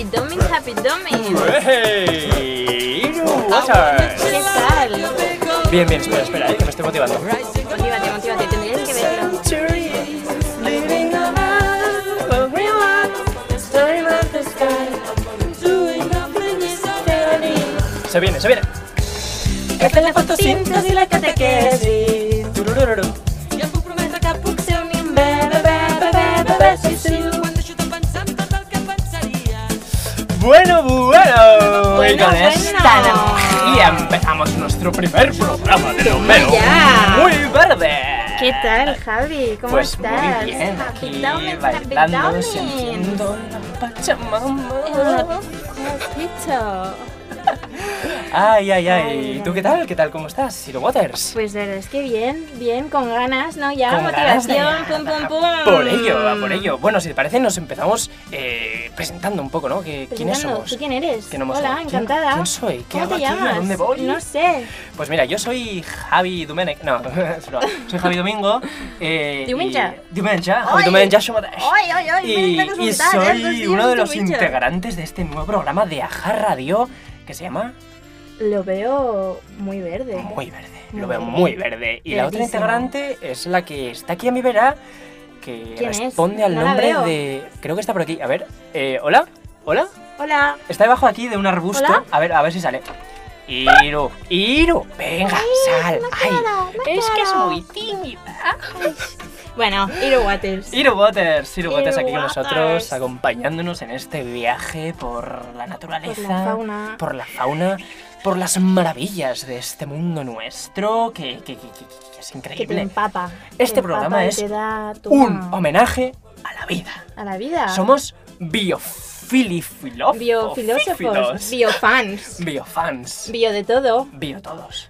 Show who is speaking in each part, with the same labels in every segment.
Speaker 1: Happy Dummies.
Speaker 2: ¡Hey! Iru, what's up?
Speaker 1: ¿Qué tal?
Speaker 2: Bien, bien, espera, espera, eh, que me estoy motivando.
Speaker 1: Motívate, motívate, tendrías que verlo.
Speaker 2: Se viene, se viene.
Speaker 1: Esta es la fotosíntesis que te quedes.
Speaker 2: Tururururu. Bueno, bueno. Y con
Speaker 1: bueno.
Speaker 2: esta energía empezamos nuestro primer programa de Homero.
Speaker 1: ya.
Speaker 2: Muy verde.
Speaker 1: ¿Qué tal, Javi? ¿Cómo
Speaker 2: Pues
Speaker 1: estás?
Speaker 2: muy bien,
Speaker 1: Happy
Speaker 2: aquí
Speaker 1: Dummies, Happy
Speaker 2: bailando,
Speaker 1: Dummies.
Speaker 2: sintiendo la pachamama.
Speaker 1: Ojito.
Speaker 2: Ay, ay, ay.
Speaker 1: Ay,
Speaker 2: ¿Y ¿Tú
Speaker 1: ay.
Speaker 2: qué tal? ¿Qué tal? ¿Cómo estás? Silo Waters.
Speaker 1: Pues la verdad es que bien, bien, con ganas, ¿no? Ya,
Speaker 2: Con ganas de
Speaker 1: Ah, motivación, pum, pum,
Speaker 2: nada.
Speaker 1: pum.
Speaker 2: Por ello, va por ello. Bueno, si te parece, nos empezamos eh, presentando un poco, ¿no? Que- ¿Quiénes
Speaker 1: Presentando,
Speaker 2: somos?
Speaker 1: Pues ¿Tú quién eres?
Speaker 2: Que no hemos-
Speaker 1: Hola,
Speaker 2: ¿Quién-
Speaker 1: encantada.
Speaker 2: quién soy? ¿Qué
Speaker 1: ¿Cómo
Speaker 2: hago
Speaker 1: te
Speaker 2: aquí? ¿A
Speaker 1: llamas?
Speaker 2: dónde voy?
Speaker 1: No sé.
Speaker 2: Pues mira, yo soy Javi Dumenech. No, es broma. soy Javi Domingo. Eh, y-
Speaker 1: Diumenge.
Speaker 2: Diumenge, Javi
Speaker 1: Ai.
Speaker 2: Diumenge Shumatash.
Speaker 1: Ai, ai, ai,
Speaker 2: Y,
Speaker 1: mira que
Speaker 2: y
Speaker 1: resultat, eh, dos
Speaker 2: soy
Speaker 1: días
Speaker 2: uno de los
Speaker 1: Diumenge.
Speaker 2: integrantes de este nuevo programa de Aja Radio que se llama
Speaker 1: Lo veo muy verde.
Speaker 2: Ah, Muy Verde.
Speaker 1: Muy
Speaker 2: Lo veo
Speaker 1: verde.
Speaker 2: muy verde. Y la otra
Speaker 1: Verdísimo.
Speaker 2: integrante es la que está aquí a mi vera, que
Speaker 1: ¿Quién es?
Speaker 2: responde al
Speaker 1: No la
Speaker 2: nombre
Speaker 1: veo.
Speaker 2: de. Creo que está por aquí. A ver, eh, ¿hola? ¿Hola?
Speaker 1: Hola.
Speaker 2: Está debajo aquí de un arbusto.
Speaker 1: ¿Hola?
Speaker 2: A ver, a ver si sale. Iru, Iru, venga, sal. Ay, es que es muy tímida.
Speaker 1: Bueno, Iro Waters.
Speaker 2: Iru Waters, Iru Waters aquí con
Speaker 1: Waters.
Speaker 2: nosotros, acompañándonos en este viaje por la naturaleza,
Speaker 1: Por la fauna.
Speaker 2: por la fauna, por las maravillas de este mundo nuestro, que, que- que- que- que es
Speaker 1: Que te
Speaker 2: increíble.
Speaker 1: empapa.
Speaker 2: Este
Speaker 1: Te empapa
Speaker 2: programa
Speaker 1: y
Speaker 2: es
Speaker 1: te da tu
Speaker 2: Un
Speaker 1: mano
Speaker 2: homenaje a la vida.
Speaker 1: a la vida.
Speaker 2: Somos biofilifilófos.
Speaker 1: biofilósofos, biofans,
Speaker 2: biofans.
Speaker 1: bio de todo,
Speaker 2: Bio todos.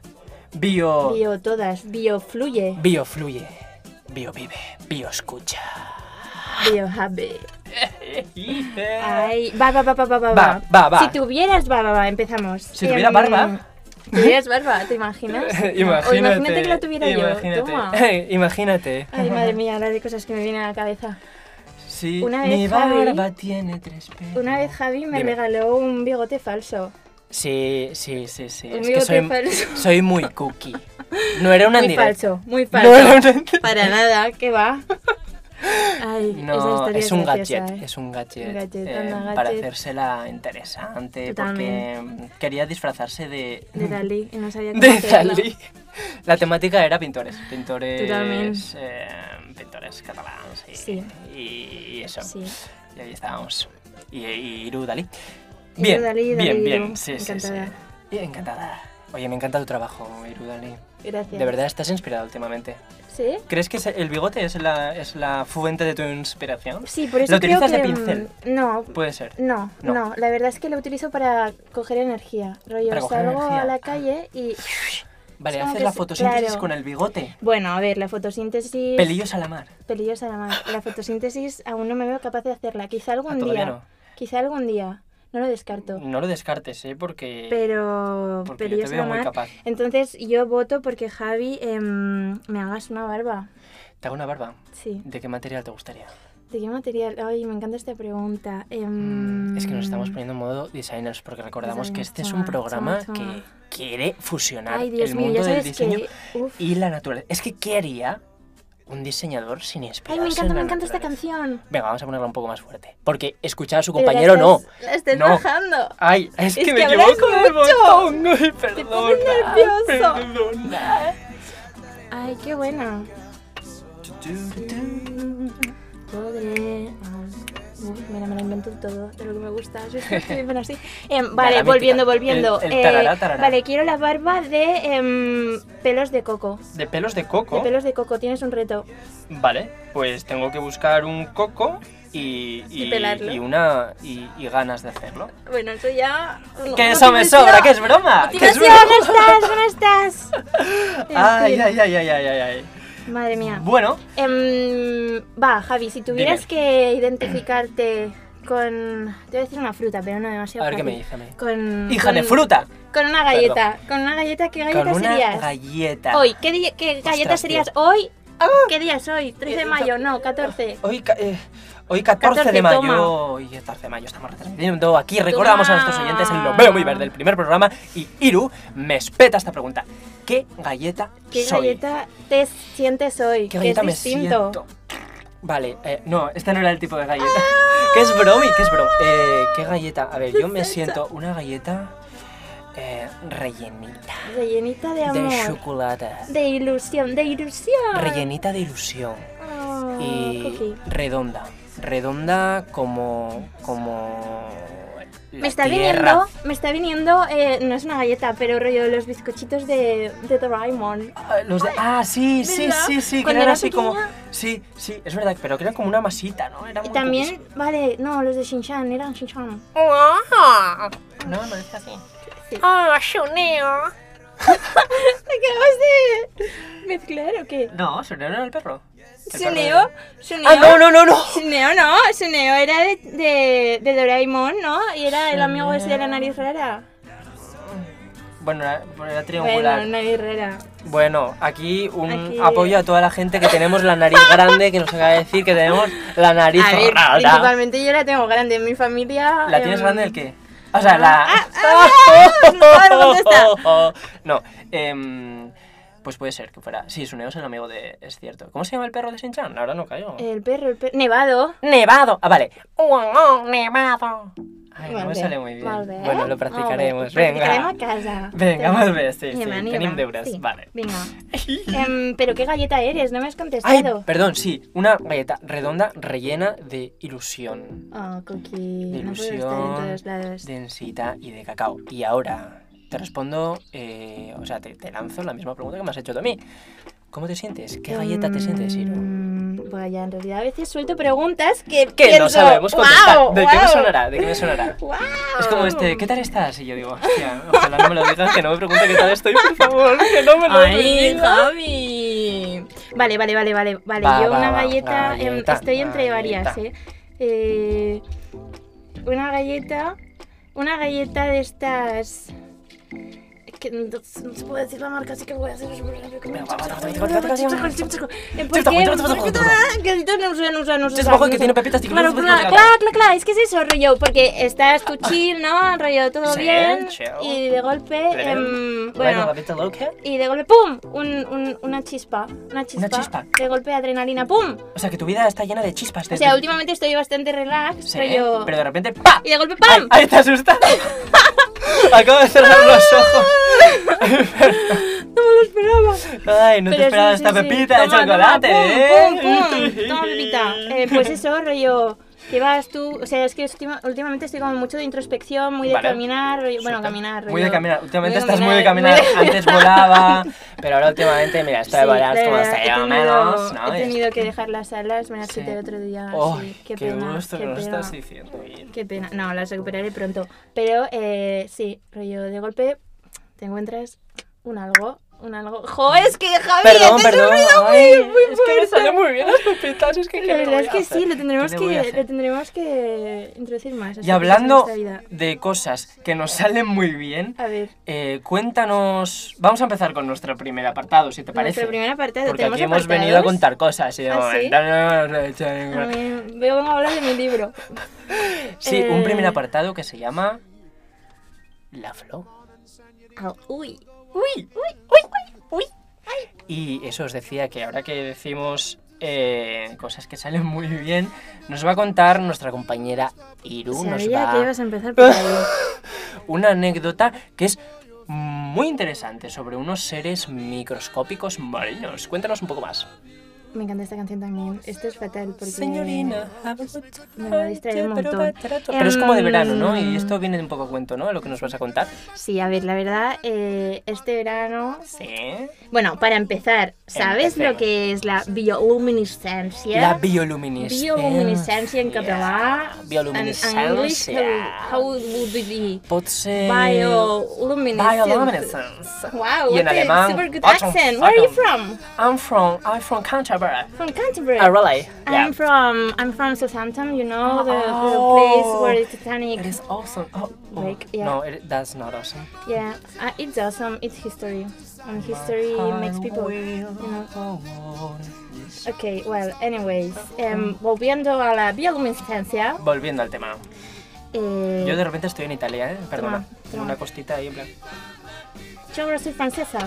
Speaker 2: Bio.
Speaker 1: bio todas, biofluye,
Speaker 2: Bio fluye. Bio vive. Bio escucha.
Speaker 1: bio happy. Ay, va, va, va, va, va, va,
Speaker 2: Va, va, va.
Speaker 1: Si tuvieras barba, va, empezamos.
Speaker 2: Si tuviera barba.
Speaker 1: Si tuvieras barba, ¿te imaginas? O imagínate que la tuviera yo. Toma.
Speaker 2: Imagínate. imagínate.
Speaker 1: Ay, madre mía, las de cosas que me vienen a la cabeza.
Speaker 2: Sí,
Speaker 1: Una
Speaker 2: mi
Speaker 1: vez Javi-
Speaker 2: barba tiene tres pelos.
Speaker 1: Una vez Javi me
Speaker 2: Dime.
Speaker 1: regaló un bigote falso.
Speaker 2: Sí, sí, sí, sí.
Speaker 1: Un
Speaker 2: Es que
Speaker 1: bigote
Speaker 2: soy,
Speaker 1: falso.
Speaker 2: soy muy cookie. No era una en
Speaker 1: Muy
Speaker 2: directo.
Speaker 1: falso, muy
Speaker 2: No
Speaker 1: falso.
Speaker 2: era una en directo.
Speaker 1: Para nada, ¿qué va? Ay, esa
Speaker 2: No,
Speaker 1: historia
Speaker 2: es un
Speaker 1: graciosa,
Speaker 2: gadget,
Speaker 1: ¿eh?
Speaker 2: es un gadget,
Speaker 1: Un gadget,
Speaker 2: eh,
Speaker 1: anda,
Speaker 2: para
Speaker 1: gadget.
Speaker 2: hacérsela interesante,
Speaker 1: Totalmente.
Speaker 2: porque mm, quería disfrazarse de
Speaker 1: De Dalí, y no sabía cómo
Speaker 2: de
Speaker 1: hacerlo.
Speaker 2: Dalí. La temática era pintores, pintores,
Speaker 1: Totalmente.
Speaker 2: eh, pintores catalanes y,
Speaker 1: Sí.
Speaker 2: y eso.
Speaker 1: Sí.
Speaker 2: Y ahí estábamos. Y, y Iru Dalí.
Speaker 1: Iru
Speaker 2: Bien,
Speaker 1: Dalí,
Speaker 2: bien,
Speaker 1: Dalí,
Speaker 2: bien.
Speaker 1: Iru.
Speaker 2: Sí, sí,
Speaker 1: Encantada.
Speaker 2: sí. Y Encantada. Oye, me encanta tu trabajo, Iru Dalí.
Speaker 1: Gracias.
Speaker 2: De verdad estás inspirada últimamente.
Speaker 1: ¿Sí?
Speaker 2: ¿Crees que se- el bigote es la, es la fuente de tu inspiración?
Speaker 1: Sí, por eso
Speaker 2: ¿Lo
Speaker 1: creo
Speaker 2: utilizas de
Speaker 1: que,
Speaker 2: pincel?
Speaker 1: mm, No,
Speaker 2: Puede ser.
Speaker 1: no,
Speaker 2: No.
Speaker 1: no, La verdad es que lo utilizo para coger energía. Rollo,
Speaker 2: Para coger
Speaker 1: salgo
Speaker 2: energía,
Speaker 1: a
Speaker 2: ah.
Speaker 1: la calle y...
Speaker 2: Vale,
Speaker 1: Es como
Speaker 2: haces
Speaker 1: que
Speaker 2: la
Speaker 1: se-
Speaker 2: fotosíntesis
Speaker 1: claro.
Speaker 2: con el bigote.
Speaker 1: Bueno, a ver, la fotosíntesis...
Speaker 2: Pelillos a la mar.
Speaker 1: Pelillos a la mano. La fotosíntesis aún no me veo capaz de hacerla. Quizá
Speaker 2: Ah,
Speaker 1: algún
Speaker 2: todavía
Speaker 1: día.
Speaker 2: no.
Speaker 1: Quizá algún día. No lo descarto.
Speaker 2: No lo descartes, ¿eh? Porque...
Speaker 1: Pero
Speaker 2: Porque yo te
Speaker 1: pelillos a
Speaker 2: veo
Speaker 1: la
Speaker 2: muy
Speaker 1: mar.
Speaker 2: capaz.
Speaker 1: Entonces yo voto porque Javi em, me hagas una barba.
Speaker 2: Te hago una barba.
Speaker 1: Sí.
Speaker 2: ¿De qué material te gustaría?
Speaker 1: ¿De qué material? Ay, me encanta esta pregunta.
Speaker 2: Mm,
Speaker 1: Em,
Speaker 2: Es que nos estamos poniendo en modo designers porque recordamos que
Speaker 1: Designer,
Speaker 2: este es
Speaker 1: toma,
Speaker 2: un programa
Speaker 1: toma,
Speaker 2: que
Speaker 1: toma.
Speaker 2: quiere fusionar
Speaker 1: Ay, Dios
Speaker 2: el
Speaker 1: mío,
Speaker 2: mundo
Speaker 1: ya
Speaker 2: del
Speaker 1: sabes
Speaker 2: diseño
Speaker 1: que. Uf.
Speaker 2: y la naturaleza. Es que ¿qué haría un diseñador sin
Speaker 1: Ay,
Speaker 2: inspirarse
Speaker 1: me encanta,
Speaker 2: en la
Speaker 1: me encanta esta
Speaker 2: naturaleza?
Speaker 1: canción.
Speaker 2: Venga, vamos a ponerla un poco más fuerte. Porque escuchar a su
Speaker 1: Pero
Speaker 2: compañero
Speaker 1: la
Speaker 2: no.
Speaker 1: estás- La estás
Speaker 2: No.
Speaker 1: bajando.
Speaker 2: Ay, es,
Speaker 1: Es
Speaker 2: que,
Speaker 1: que
Speaker 2: me
Speaker 1: hablas
Speaker 2: equivoco del
Speaker 1: mucho.
Speaker 2: botón. Ay, perdona.
Speaker 1: pones nervioso.
Speaker 2: Perdona.
Speaker 1: Ay, qué buena. Podré. Uy, mira, me lo invento todo, de lo que me gusta. Soy estoy bien así. Em,
Speaker 2: la
Speaker 1: vale,
Speaker 2: mítica,
Speaker 1: volviendo, volviendo.
Speaker 2: el- el tarará,
Speaker 1: Eh,
Speaker 2: tarará.
Speaker 1: Vale, quiero la barba de em, pelos de coco.
Speaker 2: De pelos de coco.
Speaker 1: De pelos de coco, tienes un reto.
Speaker 2: Vale, pues tengo que buscar un coco y, y,
Speaker 1: Y pelarlo.
Speaker 2: y una y, y ganas de hacerlo.
Speaker 1: Bueno, eso ya.
Speaker 2: Que eso me sobra, que es broma. Que es
Speaker 1: ¡Motivación!
Speaker 2: broma.
Speaker 1: ¿Dónde estás? ¿Dónde estás? En
Speaker 2: Ay,
Speaker 1: fin.
Speaker 2: ay, ay, ay, ay, ay, ay.
Speaker 1: Madre mía.
Speaker 2: Bueno,
Speaker 1: Em, va, Javi, si tuvieras
Speaker 2: Dime.
Speaker 1: que identificarte con. Te voy a decir una fruta, pero no demasiado.
Speaker 2: a ver qué me
Speaker 1: fácil.
Speaker 2: dice a mí.
Speaker 1: Con.
Speaker 2: Hija de
Speaker 1: con-
Speaker 2: fruta.
Speaker 1: Con una galleta. Con una galleta, ¿qué galleta
Speaker 2: Con una
Speaker 1: serías?
Speaker 2: galleta.
Speaker 1: Hoy, ¿qué, di- qué galleta
Speaker 2: Ostras,
Speaker 1: serías
Speaker 2: tío.
Speaker 1: hoy? ¿Qué día es hoy? 13 de mayo, no, 14.
Speaker 2: Eh, Hoy, ca- eh, Hoy 14,
Speaker 1: 14,
Speaker 2: de mayo,
Speaker 1: toma.
Speaker 2: hoy 14 de mayo estamos retransmitiendo aquí. Recordamos a nuestros oyentes en Lo Veo Muy Verde, el primer programa. Y Iru me espeta esta pregunta. ¿Qué galleta
Speaker 1: ¿Qué
Speaker 2: soy?
Speaker 1: galleta te sientes hoy? que
Speaker 2: ¿Qué galleta
Speaker 1: es
Speaker 2: me
Speaker 1: distinto.
Speaker 2: siento? Vale, eh, no, este no era el tipo de galleta. ¿Qué es bromi? ¿Qué es bromi? Eh, ¿Qué galleta? A ver, yo me siento una galleta eh, rellenita
Speaker 1: Rellenita de amor.
Speaker 2: de chocolate,
Speaker 1: De ilusión, de ilusión.
Speaker 2: rellenita de ilusión.
Speaker 1: Ah,
Speaker 2: y
Speaker 1: cookie.
Speaker 2: redonda. Redonda como. como. la
Speaker 1: Me está
Speaker 2: tierra.
Speaker 1: viniendo, me está viniendo, eh, no es una galleta, pero rollo los bizcochitos de, de Doraemon.
Speaker 2: Ah, los de- ah, sí, sí,
Speaker 1: ¿Verdad?
Speaker 2: sí, sí, que
Speaker 1: Cuando
Speaker 2: eran
Speaker 1: era
Speaker 2: así como.
Speaker 1: pequeña.
Speaker 2: Sí, sí, es verdad, pero que eran como una masita, ¿no? Eran
Speaker 1: Y
Speaker 2: muy
Speaker 1: también, vale, no, los de Shinchan, eran Shinchan.
Speaker 2: cookies. No, no es así.
Speaker 1: Oh,
Speaker 3: ¡Ah, Shuneo!
Speaker 1: ¿Te acabas de mezclar o qué?
Speaker 2: No, Suneo no era el perro. El perro
Speaker 1: Suneo,
Speaker 2: de-
Speaker 1: Suneo.
Speaker 2: Ah, no, no, no, no.
Speaker 1: Suneo no, Suneo era de, de, de Doraemon, ¿no? Y era el amigo ese de la nariz rara.
Speaker 2: Bueno, era, bueno, era triangular.
Speaker 1: Bueno, nariz rara.
Speaker 2: Bueno, aquí un
Speaker 1: Aquí-
Speaker 2: apoyo a toda la gente que tenemos la nariz grande, que nos acaba de decir que tenemos la nariz
Speaker 1: A ver,
Speaker 2: rara.
Speaker 1: principalmente yo la tengo grande, en mi familia...
Speaker 2: ¿La tienes
Speaker 1: em,
Speaker 2: grande el qué? O sea, la.
Speaker 1: Ah, ah, ah, todo el mundo está.
Speaker 2: No, em, pues puede ser que fuera. Sí, Suneo es el amigo de. Es cierto. ¿Cómo se llama el perro de Sinchan? Ahora no cayó.
Speaker 1: El perro, el perro... Nevado.
Speaker 2: Nevado. Ah, vale.
Speaker 3: ¡Uau, nevado!
Speaker 2: Ay, no
Speaker 1: Molt bé,
Speaker 2: me sale muy bien.
Speaker 1: molt bé.
Speaker 2: Bueno, lo practicaremos.
Speaker 1: Molt bé, ho practicarem
Speaker 2: Venga.
Speaker 1: a casa.
Speaker 2: Venga, molt bé, sí, sí.
Speaker 1: Anem, anem,
Speaker 2: Tenim
Speaker 1: anem.
Speaker 2: deures, vale.
Speaker 1: Vinga. Em, pero qué galleta eres, no me has
Speaker 2: Ay,
Speaker 1: contestado.
Speaker 2: perdón, sí. Una galleta redonda rellena de ilusión,
Speaker 1: Oh, Cookie,
Speaker 2: de
Speaker 1: no puedo estar en
Speaker 2: ilusión,
Speaker 1: todos lados.
Speaker 2: densita y de cacao. Y ahora te respondo, eh, o sea, te, te lanzo la misma pregunta que me has hecho tú a mí. ¿Cómo te sientes? ¿Qué galleta te sientes, Iru?
Speaker 1: Mm, Bueno, ya en realidad a veces suelto preguntas que
Speaker 2: Que
Speaker 1: pienso,
Speaker 2: no sabemos contestar.
Speaker 1: "Guau,
Speaker 2: ¿De qué me
Speaker 1: guau,
Speaker 2: sonará? ¿De qué me sonará?
Speaker 1: guau".
Speaker 2: Es como este, ¿qué tal estás? Y yo digo, hostia, ojalá no me lo digas, que no me pregunte qué tal estoy, por favor, que no me lo
Speaker 1: Ay,
Speaker 2: digas.
Speaker 1: Javi. Vale, vale, vale, vale, vale.
Speaker 2: Va,
Speaker 1: Yo
Speaker 2: va,
Speaker 1: una
Speaker 2: va,
Speaker 1: galleta, em,
Speaker 2: galleta,
Speaker 1: estoy entre
Speaker 2: galleta.
Speaker 1: varias, ¿eh? Eh, Una galleta, una galleta de estas que no se no se puede decir la marca, así que voy a hacer Ah, Que ahorita no sé, no sé, no sé,
Speaker 2: Es mojo que
Speaker 1: no sé.
Speaker 2: tiene pepitas y que
Speaker 1: Claro,
Speaker 2: no se puede
Speaker 1: claro,
Speaker 2: tocar.
Speaker 1: claro, claro, claro, es que es eso, rollo, porque estás tú chill, ¿no? Rollo, todo
Speaker 2: Sí,
Speaker 1: bien,
Speaker 2: chill.
Speaker 1: y de golpe, em,
Speaker 2: Bueno,
Speaker 1: bueno,
Speaker 2: la vete loca.
Speaker 1: y de golpe, ¡pum! Un, un- una chispa. Una chispa.
Speaker 2: chispa.
Speaker 1: De golpe adrenalina, ¡pum!
Speaker 2: O sea, que tu vida está llena de chispas.
Speaker 1: O
Speaker 2: desde-
Speaker 1: sea, últimamente estoy bastante relax,
Speaker 2: Sí,
Speaker 1: rollo-
Speaker 2: pero de repente ¡pa!
Speaker 1: Y de golpe, ¡pam! Ah.
Speaker 2: ¡Ay, ay, te asustas! Acabo de cerrar los ojos.
Speaker 1: No me lo esperaba.
Speaker 2: Ay, no
Speaker 1: Pero
Speaker 2: te
Speaker 1: sí,
Speaker 2: esperaba
Speaker 1: sí,
Speaker 2: esta
Speaker 1: sí.
Speaker 2: pepita de
Speaker 1: Toma, toma,
Speaker 2: chocolate,
Speaker 1: ¡Pum, pum,
Speaker 2: ¿eh?
Speaker 1: pum! Toma, pepita. Eh, pues eso, rollo... Que vas tú... O sea, es que última- últimamente estoy como mucho de introspección, muy de
Speaker 2: Vale.
Speaker 1: caminar, rollo... Bueno,
Speaker 2: Súper.
Speaker 1: caminar, rollo...
Speaker 2: Muy de caminar. Últimamente
Speaker 1: Muy de
Speaker 2: estás muy de
Speaker 1: caminar,
Speaker 2: caminar. Antes volaba, pero ahora últimamente, mira, estoy
Speaker 1: Sí,
Speaker 2: de volar
Speaker 1: la
Speaker 2: como
Speaker 1: verdad,
Speaker 2: seis
Speaker 1: he
Speaker 2: o
Speaker 1: tenido-
Speaker 2: menos, ¿no?
Speaker 1: He tenido que dejar las alas, me las
Speaker 2: Sí.
Speaker 1: quité otro día.
Speaker 2: Ay,
Speaker 1: sí, qué,
Speaker 2: qué
Speaker 1: pena,
Speaker 2: gusto
Speaker 1: qué
Speaker 2: que nos
Speaker 1: pena.
Speaker 2: estás diciendo. Ir.
Speaker 1: Qué pena. No, las recuperaré pronto. Pero eh, sí, rollo de golpe te encuentras un algo, un algo. ¡Jo, es que Javi!
Speaker 2: Perdón,
Speaker 1: te
Speaker 2: perdón.
Speaker 1: has olvidado
Speaker 2: Ay,
Speaker 1: muy, muy
Speaker 2: es que me
Speaker 1: fuerte.
Speaker 2: salen muy bien las pepitas, es que ¿qué
Speaker 1: La
Speaker 2: le
Speaker 1: verdad
Speaker 2: voy
Speaker 1: es
Speaker 2: a
Speaker 1: que
Speaker 2: hacer?
Speaker 1: sí, lo tendremos
Speaker 2: ¿Qué le voy
Speaker 1: que,
Speaker 2: a hacer?
Speaker 1: lo tendremos que introducir más.
Speaker 2: Y hablando
Speaker 1: así que es nuestra vida.
Speaker 2: de cosas que nos salen muy bien,
Speaker 1: A ver,
Speaker 2: Eh, cuéntanos. Vamos a empezar con nuestro primer apartado, si te parece.
Speaker 1: nuestro primer apartado.
Speaker 2: Porque
Speaker 1: ¿tenemos
Speaker 2: aquí hemos
Speaker 1: apartados?
Speaker 2: venido a contar cosas. y de
Speaker 1: ¿Ah, sí?
Speaker 2: momento no hemos hecho
Speaker 1: A
Speaker 2: ninguna.
Speaker 1: ver, Vengo a hablar de mi libro.
Speaker 2: Sí, un primer
Speaker 1: Eh.
Speaker 2: apartado que se llama. La Flow.
Speaker 1: Ah, uy.
Speaker 2: ¡Uy! ¡Uy! ¡Uy! Y eso os decía que ahora que decimos eh, cosas que salen muy bien, nos va a contar nuestra compañera Iru. nos
Speaker 1: Sabía
Speaker 2: va
Speaker 1: que ibas a empezar por ahí.
Speaker 2: una anécdota que es muy interesante sobre unos seres microscópicos marinos. Cuéntanos un poco más.
Speaker 1: Me encanta esta canción también. Esto es fatal porque...
Speaker 2: Señorina,
Speaker 1: me va a distraer un montón.
Speaker 2: Pero es como de verano, ¿no? Y
Speaker 1: Em,
Speaker 2: esto viene de un poco a cuento, ¿no? Lo que nos vas a contar.
Speaker 1: Sí, a ver, la verdad, eh, este verano...
Speaker 2: Sí.
Speaker 1: Bueno, para empezar, ¿sabes
Speaker 2: Empecemos.
Speaker 1: lo que es la bioluminiscencia?
Speaker 2: La bioluminiscencia.
Speaker 1: bioluminiscencia en catalán.
Speaker 2: Yeah.
Speaker 1: En en English,
Speaker 2: Bioluminiscència.
Speaker 1: how, how would it be?
Speaker 2: Pot ser...
Speaker 1: Bioluminescence.
Speaker 2: Bioluminescence.
Speaker 1: Wow,
Speaker 2: Y
Speaker 1: what
Speaker 2: en
Speaker 1: a
Speaker 2: alemán,
Speaker 1: super good
Speaker 2: Atom,
Speaker 1: accent. Where are you
Speaker 2: Atom.
Speaker 1: from?
Speaker 2: I'm from, I'm from Canterbury.
Speaker 1: From Canterbury.
Speaker 2: Ah, really?
Speaker 1: I'm from I'm from Southampton, you know, the, the place
Speaker 2: Oh.
Speaker 1: where the
Speaker 2: It
Speaker 1: Titanic
Speaker 2: is awesome. Oh, oh.
Speaker 1: Wake, yeah.
Speaker 2: No, it, that's not awesome.
Speaker 1: Yeah, uh, it's awesome. It's history, and history makes people. You know.
Speaker 2: know.
Speaker 1: Ok, well, anyways, em, volviendo a la bioluminiscencia.
Speaker 2: Volviendo al tema.
Speaker 1: eh,
Speaker 2: Yo de repente estoy en Italia, ¿eh? Perdona.
Speaker 1: Toma,
Speaker 2: Tengo
Speaker 1: toma.
Speaker 2: una costita ahí en plan...
Speaker 1: yo ahora soy francesa.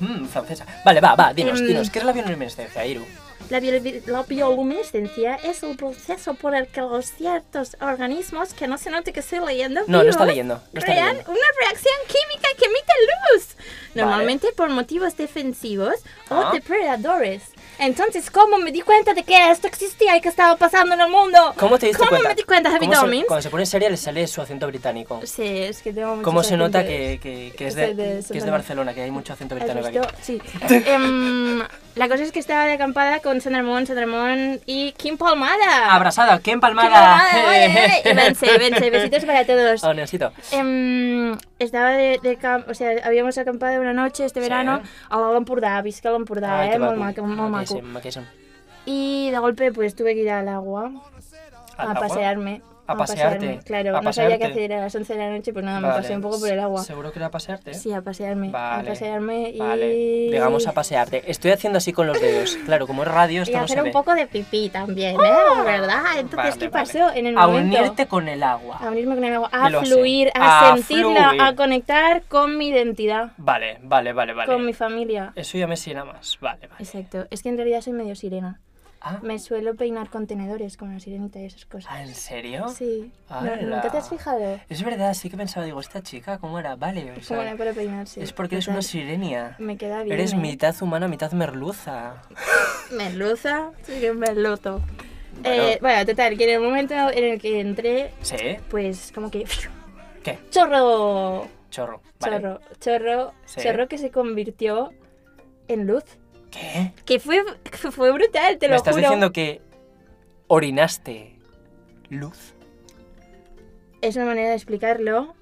Speaker 2: Mmm, francesa. Vale, va, va, dinos,
Speaker 1: Em.
Speaker 2: dinos. ¿Qué es la bioluminiscencia, Iru?
Speaker 1: La, bio- la bioluminiscencia es el proceso por el que los ciertos organismos que no se note que estoy leyendo.
Speaker 2: No, no está
Speaker 1: vivos,
Speaker 2: leyendo. No está
Speaker 1: crean
Speaker 2: leyendo.
Speaker 1: una reacción química que emite luz, normalmente por motivos defensivos
Speaker 2: Ah.
Speaker 1: o depredadores. Entonces, ¿cómo me di cuenta de que esto existía y que estaba pasando en el mundo?
Speaker 2: ¿Cómo te diste cuenta?
Speaker 1: me di cuenta, Happy
Speaker 2: ¿Cómo se-
Speaker 1: Domins?
Speaker 2: Cuando se pone seria le sale su acento británico.
Speaker 1: Sí, es que tengo mucho
Speaker 2: ¿Cómo se
Speaker 1: acento.
Speaker 2: nota que, que- que es
Speaker 1: soy
Speaker 2: de,
Speaker 1: de
Speaker 2: que es de
Speaker 1: Sonora.
Speaker 2: Barcelona, que hay mucho acento
Speaker 1: ¿Has
Speaker 2: británico aquí?
Speaker 1: visto? Sí. Em, la cosa es que estaba de acampada con Sandra Ramón, Sandra Ramón y Kim Palmada.
Speaker 2: Abrazada, qué empalmada.
Speaker 1: Palmada! oye, oye. Y vence, vence. Besitos para todos.
Speaker 2: Oh, Neosito.
Speaker 1: Em, estaba de, de camp, o sea, habíamos acampado una noche este
Speaker 2: Sí.
Speaker 1: verano a la Lompurdá, visca a Lompurdá,
Speaker 2: Ai,
Speaker 1: eh,
Speaker 2: Ah, que
Speaker 1: molt
Speaker 2: maco.
Speaker 1: maco, molt maco.
Speaker 2: Maquíssim, maquíssim.
Speaker 1: Y de golpe pues tuve que ir al agua
Speaker 2: Al
Speaker 1: a
Speaker 2: agua.
Speaker 1: pasearme.
Speaker 2: A pasearte,
Speaker 1: Claro,
Speaker 2: a
Speaker 1: no sabía qué
Speaker 2: pasearte.
Speaker 1: hacer a las 11 de la noche, pues nada, me
Speaker 2: Vale.
Speaker 1: pasé un poco por el agua.
Speaker 2: ¿Seguro que era a pasearte? ¿eh?
Speaker 1: Sí, a pasearme,
Speaker 2: Vale.
Speaker 1: a pasearme y...
Speaker 2: Vale, llegamos a pasearte. Estoy haciendo así con los dedos. Claro, como es radio, esto
Speaker 1: Y
Speaker 2: no se
Speaker 1: hacer un
Speaker 2: ve.
Speaker 1: poco de pipí también, ¿eh? ¿Verdad? Entonces,
Speaker 2: Vale,
Speaker 1: ¿qué
Speaker 2: vale.
Speaker 1: pasó en el
Speaker 2: a
Speaker 1: momento?
Speaker 2: unirte con el agua.
Speaker 1: A unirme con el agua, a
Speaker 2: Lo sé.
Speaker 1: fluir, a,
Speaker 2: A
Speaker 1: sentirla,
Speaker 2: fluir.
Speaker 1: a conectar con mi identidad,
Speaker 2: Vale, vale, vale, vale.
Speaker 1: con mi familia.
Speaker 2: Eso ya me sirve más. Vale, vale.
Speaker 1: Exacto, es que en realidad soy medio sirena.
Speaker 2: Ah,
Speaker 1: Me suelo peinar con tenedores, como la sirenita y esas cosas.
Speaker 2: ¿ah, ¿en serio?
Speaker 1: Sí, No,
Speaker 2: Ala.
Speaker 1: ¿nunca te has fijado?
Speaker 2: Es verdad, sí que pensaba, digo, esta chica, ¿cómo era? Vale, o sea,
Speaker 1: Como la para peinarse.
Speaker 2: es porque eres una sirenia.
Speaker 1: Me queda bien.
Speaker 2: Eres
Speaker 1: ¿eh?
Speaker 2: mitad humana, mitad merluza.
Speaker 1: Merluza, sí que merluzo.
Speaker 2: Bueno.
Speaker 1: Eh, bueno, total, que en el momento en el que entré,
Speaker 2: ¿Sí?
Speaker 1: pues como que.
Speaker 2: ¿Qué?
Speaker 1: ¡Chorro!
Speaker 2: Chorro. Vale.
Speaker 1: Chorro, chorro,
Speaker 2: Sí.
Speaker 1: chorro que se convirtió en luz.
Speaker 2: ¿Qué?
Speaker 1: Que fue, que fue brutal, te
Speaker 2: ¿Me
Speaker 1: lo
Speaker 2: estás
Speaker 1: juro.
Speaker 2: diciendo que orinaste luz?
Speaker 1: Es una manera de explicarlo.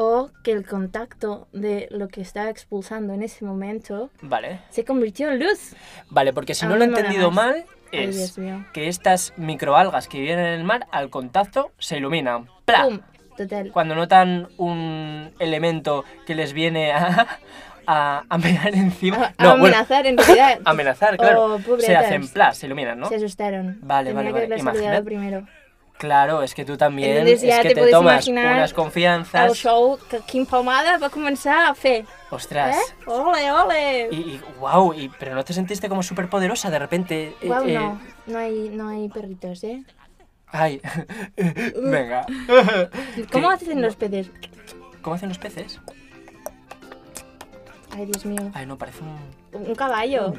Speaker 1: O que el contacto de lo que estaba expulsando en ese momento
Speaker 2: Vale.
Speaker 1: se convirtió en luz.
Speaker 2: Vale, porque si
Speaker 1: A
Speaker 2: no
Speaker 1: mí
Speaker 2: lo he
Speaker 1: me mola
Speaker 2: entendido
Speaker 1: más.
Speaker 2: mal,
Speaker 1: Ay, Dios
Speaker 2: es
Speaker 1: mío.
Speaker 2: que estas microalgas que viven en el mar, al contacto, se iluminan. ¡Pla!
Speaker 1: ¡Pum! Total.
Speaker 2: Cuando notan un elemento que les viene a, a, a pegar encima.
Speaker 1: A, a amenazar en realidad.
Speaker 2: amenazar, claro.
Speaker 1: Oh, pobretas.
Speaker 2: se hacen plas, se iluminan, ¿no?
Speaker 1: Se asustaron.
Speaker 2: Vale, vale,
Speaker 1: Tenía
Speaker 2: vale,
Speaker 1: que haberlas
Speaker 2: imagínate.
Speaker 1: olvidado primero.
Speaker 2: Claro, es que tú también
Speaker 1: Entonces ya
Speaker 2: es que
Speaker 1: te
Speaker 2: te,
Speaker 1: puedes
Speaker 2: tomas
Speaker 1: imaginar
Speaker 2: unas
Speaker 1: El
Speaker 2: confianzas.
Speaker 1: show que Kim Palmada va a comenzar a fer.
Speaker 2: Ostras.
Speaker 1: ¿Eh? ¡Ole, ole!
Speaker 2: Y, y wow, y, pero no te sentiste como súper poderosa de repente. eh,
Speaker 1: Guau,
Speaker 2: eh,
Speaker 1: no. No hay, no hay perritos, ¿eh?
Speaker 2: Ay, venga.
Speaker 1: ¿Cómo
Speaker 2: ¿Qué?
Speaker 1: hacen los peces?
Speaker 2: ¿Cómo hacen los peces?
Speaker 1: Ay, Dios mío.
Speaker 2: Ay, no, parece un.
Speaker 1: Un caballo.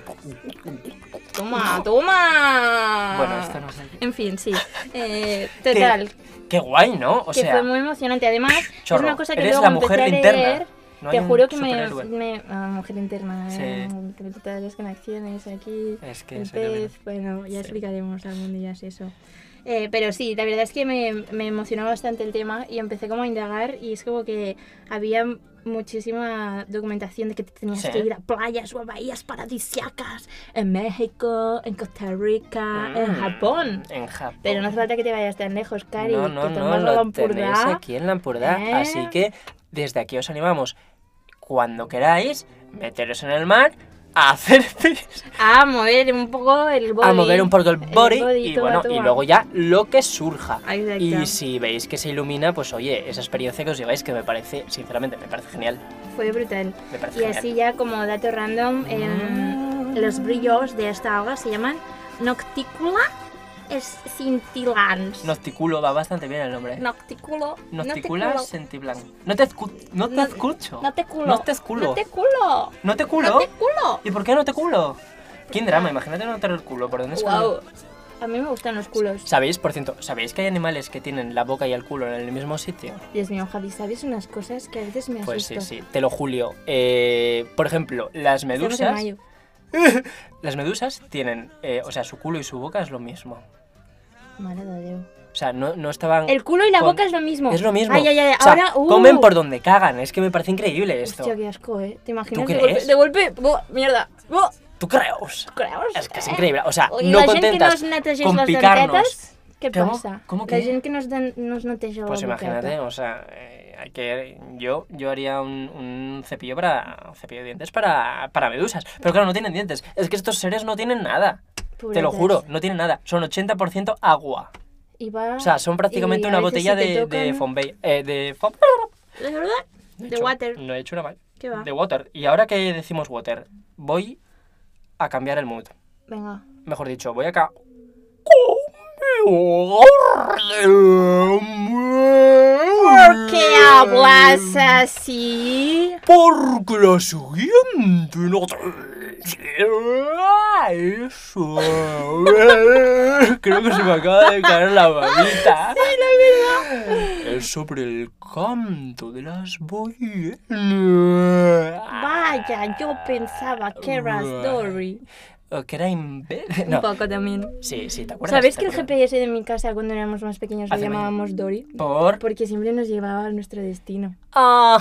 Speaker 1: Toma, toma.
Speaker 2: Bueno, esto no sé.
Speaker 1: En fin, sí. Eh, total,
Speaker 2: Qué guay, ¿no? O
Speaker 1: que
Speaker 2: sea,
Speaker 1: fue muy emocionante. Además,
Speaker 2: chorro,
Speaker 1: es una cosa que
Speaker 2: eres
Speaker 1: luego
Speaker 2: la
Speaker 1: me
Speaker 2: mujer
Speaker 1: empecé a
Speaker 2: linterna.
Speaker 1: leer.
Speaker 2: No
Speaker 1: te
Speaker 2: hay un
Speaker 1: juro que me,
Speaker 2: superhéroe.
Speaker 1: me- ah, mujer interna,
Speaker 2: Sí.
Speaker 1: eh, que te das con acciones aquí,
Speaker 2: Es que
Speaker 1: el
Speaker 2: se le ve.
Speaker 1: pez, bueno, ya
Speaker 2: Sí.
Speaker 1: explicaremos algún día si eso. Eh, pero sí, la verdad es que me, me emocionó bastante el tema y empecé como a indagar y es como que había muchísima documentación de que te tenías
Speaker 2: Sí.
Speaker 1: que ir a playas o a bahías paradisiacas en México, en Costa Rica, Ah, en
Speaker 2: Mm,
Speaker 1: Japón.
Speaker 2: En Japón.
Speaker 1: Pero no hace falta que te vayas tan lejos, Cari,
Speaker 2: No, no,
Speaker 1: que
Speaker 2: no,
Speaker 1: tomas
Speaker 2: lo
Speaker 1: la
Speaker 2: tenéis
Speaker 1: Hampurdá-
Speaker 2: aquí en Lampurdá.
Speaker 1: ¿Eh?
Speaker 2: Así que desde aquí os animamos, cuando queráis, meteros en el mar, a hacer pis,
Speaker 1: a mover un poco el body.
Speaker 2: a mover un poco el body,
Speaker 1: body,
Speaker 2: y
Speaker 1: toma,
Speaker 2: bueno, y
Speaker 1: toma.
Speaker 2: luego ya lo que surja.
Speaker 1: Exacto.
Speaker 2: Y si veis que se ilumina, pues oye, esa experiencia que os lleváis que me parece, sinceramente, me parece genial.
Speaker 1: Fue brutal.
Speaker 2: Me parece
Speaker 1: Y
Speaker 2: genial.
Speaker 1: así ya como dato random,
Speaker 2: Ah.
Speaker 1: em, los brillos de esta alga se llaman noctícula scintillans.
Speaker 2: Nocticulo va bastante bien el nombre. ¿eh?
Speaker 1: Noctículo.
Speaker 2: Nocticula
Speaker 1: noctículo.
Speaker 2: sentiblan. No te, escu- no te
Speaker 1: No-
Speaker 2: escucho.
Speaker 1: No te culo.
Speaker 2: eh, No te esculo.
Speaker 1: No te culo.
Speaker 2: ¿No te culo?
Speaker 1: No te culo.
Speaker 2: ¿Y por qué no te culo? ¿Quién drama? Imagínate no tener el culo. ¿Por dónde es que-
Speaker 1: Wow. A mí me gustan los culos.
Speaker 2: ¿Sabéis, por cierto, sabéis que hay animales que tienen la boca y el culo en el mismo sitio?
Speaker 1: Dios mío, Javi, ¿sabes unas cosas que a veces me
Speaker 2: Pues sí,
Speaker 1: asusto?
Speaker 2: sí, te lo julio. Eh, por ejemplo,
Speaker 1: Estamos
Speaker 2: las
Speaker 1: en
Speaker 2: medusas.
Speaker 1: mayo.
Speaker 2: Las medusas tienen, eh, o sea, su culo y su boca es lo mismo.
Speaker 1: Madre de Dios.
Speaker 2: O sea, no, no estaban.
Speaker 1: El culo y la
Speaker 2: con-
Speaker 1: boca es lo mismo.
Speaker 2: Es lo mismo.
Speaker 1: Ay, ay, ay.
Speaker 2: O sea,
Speaker 1: Ahora, uh.
Speaker 2: comen por donde cagan. Es que me parece increíble esto.
Speaker 1: Hostia, qué asco, ¿eh? ¿Te imaginas?
Speaker 2: ¿Tú
Speaker 1: de
Speaker 2: crees?
Speaker 1: golpe- De golpe, ¡buah! mierda. ¡buah!
Speaker 2: ¿Tú creos?
Speaker 1: Creus,
Speaker 2: Es que es
Speaker 1: eh?
Speaker 2: increíble. O sea,
Speaker 1: I la gent que
Speaker 2: no
Speaker 1: no
Speaker 2: contentas
Speaker 1: es netegeix
Speaker 2: con
Speaker 1: les
Speaker 2: picarnos.
Speaker 1: dentetes, què
Speaker 2: Com?
Speaker 1: passa?
Speaker 2: Com
Speaker 1: La
Speaker 2: què?
Speaker 1: gent que no es, den, no es neteja
Speaker 2: Pues
Speaker 1: la boqueta.
Speaker 2: imagínate, o sea, eh, hay que, yo, yo haría un, un cepillo para un cepillo de dientes para, para medusas. Pero claro, no tienen dientes. Es que estos seres no tienen nada. Te lo
Speaker 1: Pobretas.
Speaker 2: juro, no tienen nada. Son 80% agua.
Speaker 1: Y va-
Speaker 2: O sea, son prácticamente
Speaker 1: y a
Speaker 2: una
Speaker 1: veces
Speaker 2: botella
Speaker 1: si te
Speaker 2: de, de
Speaker 1: tocan-
Speaker 2: Fombay. eh, de Fom-
Speaker 1: ¿Es verdad?
Speaker 2: No he
Speaker 1: De
Speaker 2: hecho-
Speaker 1: water.
Speaker 2: No he hecho una mal.
Speaker 1: ¿Qué va?
Speaker 2: De water. Y ahora que decimos water, voy a cambiar el mood.
Speaker 1: Venga.
Speaker 2: Mejor dicho, voy acá. ¿Por
Speaker 1: ¿Por qué hablas así?
Speaker 2: Porque la siguiente noticia es sobre- Creo que se me acaba de caer la babita. Es sobre el canto de las ballenas.
Speaker 1: Vaya, yo pensaba que eras Dory.
Speaker 2: O que era imbécil.
Speaker 1: Un
Speaker 2: No.
Speaker 1: poco también.
Speaker 2: Sí, sí, ¿te acuerdas?
Speaker 1: ¿Sabéis
Speaker 2: ¿Te
Speaker 1: que el
Speaker 2: acuerdas?
Speaker 1: GPS de mi casa cuando éramos más pequeños lo
Speaker 2: Hace
Speaker 1: llamábamos Dory?
Speaker 2: Por...
Speaker 1: Porque siempre nos llevaba a nuestro destino.
Speaker 2: Ah,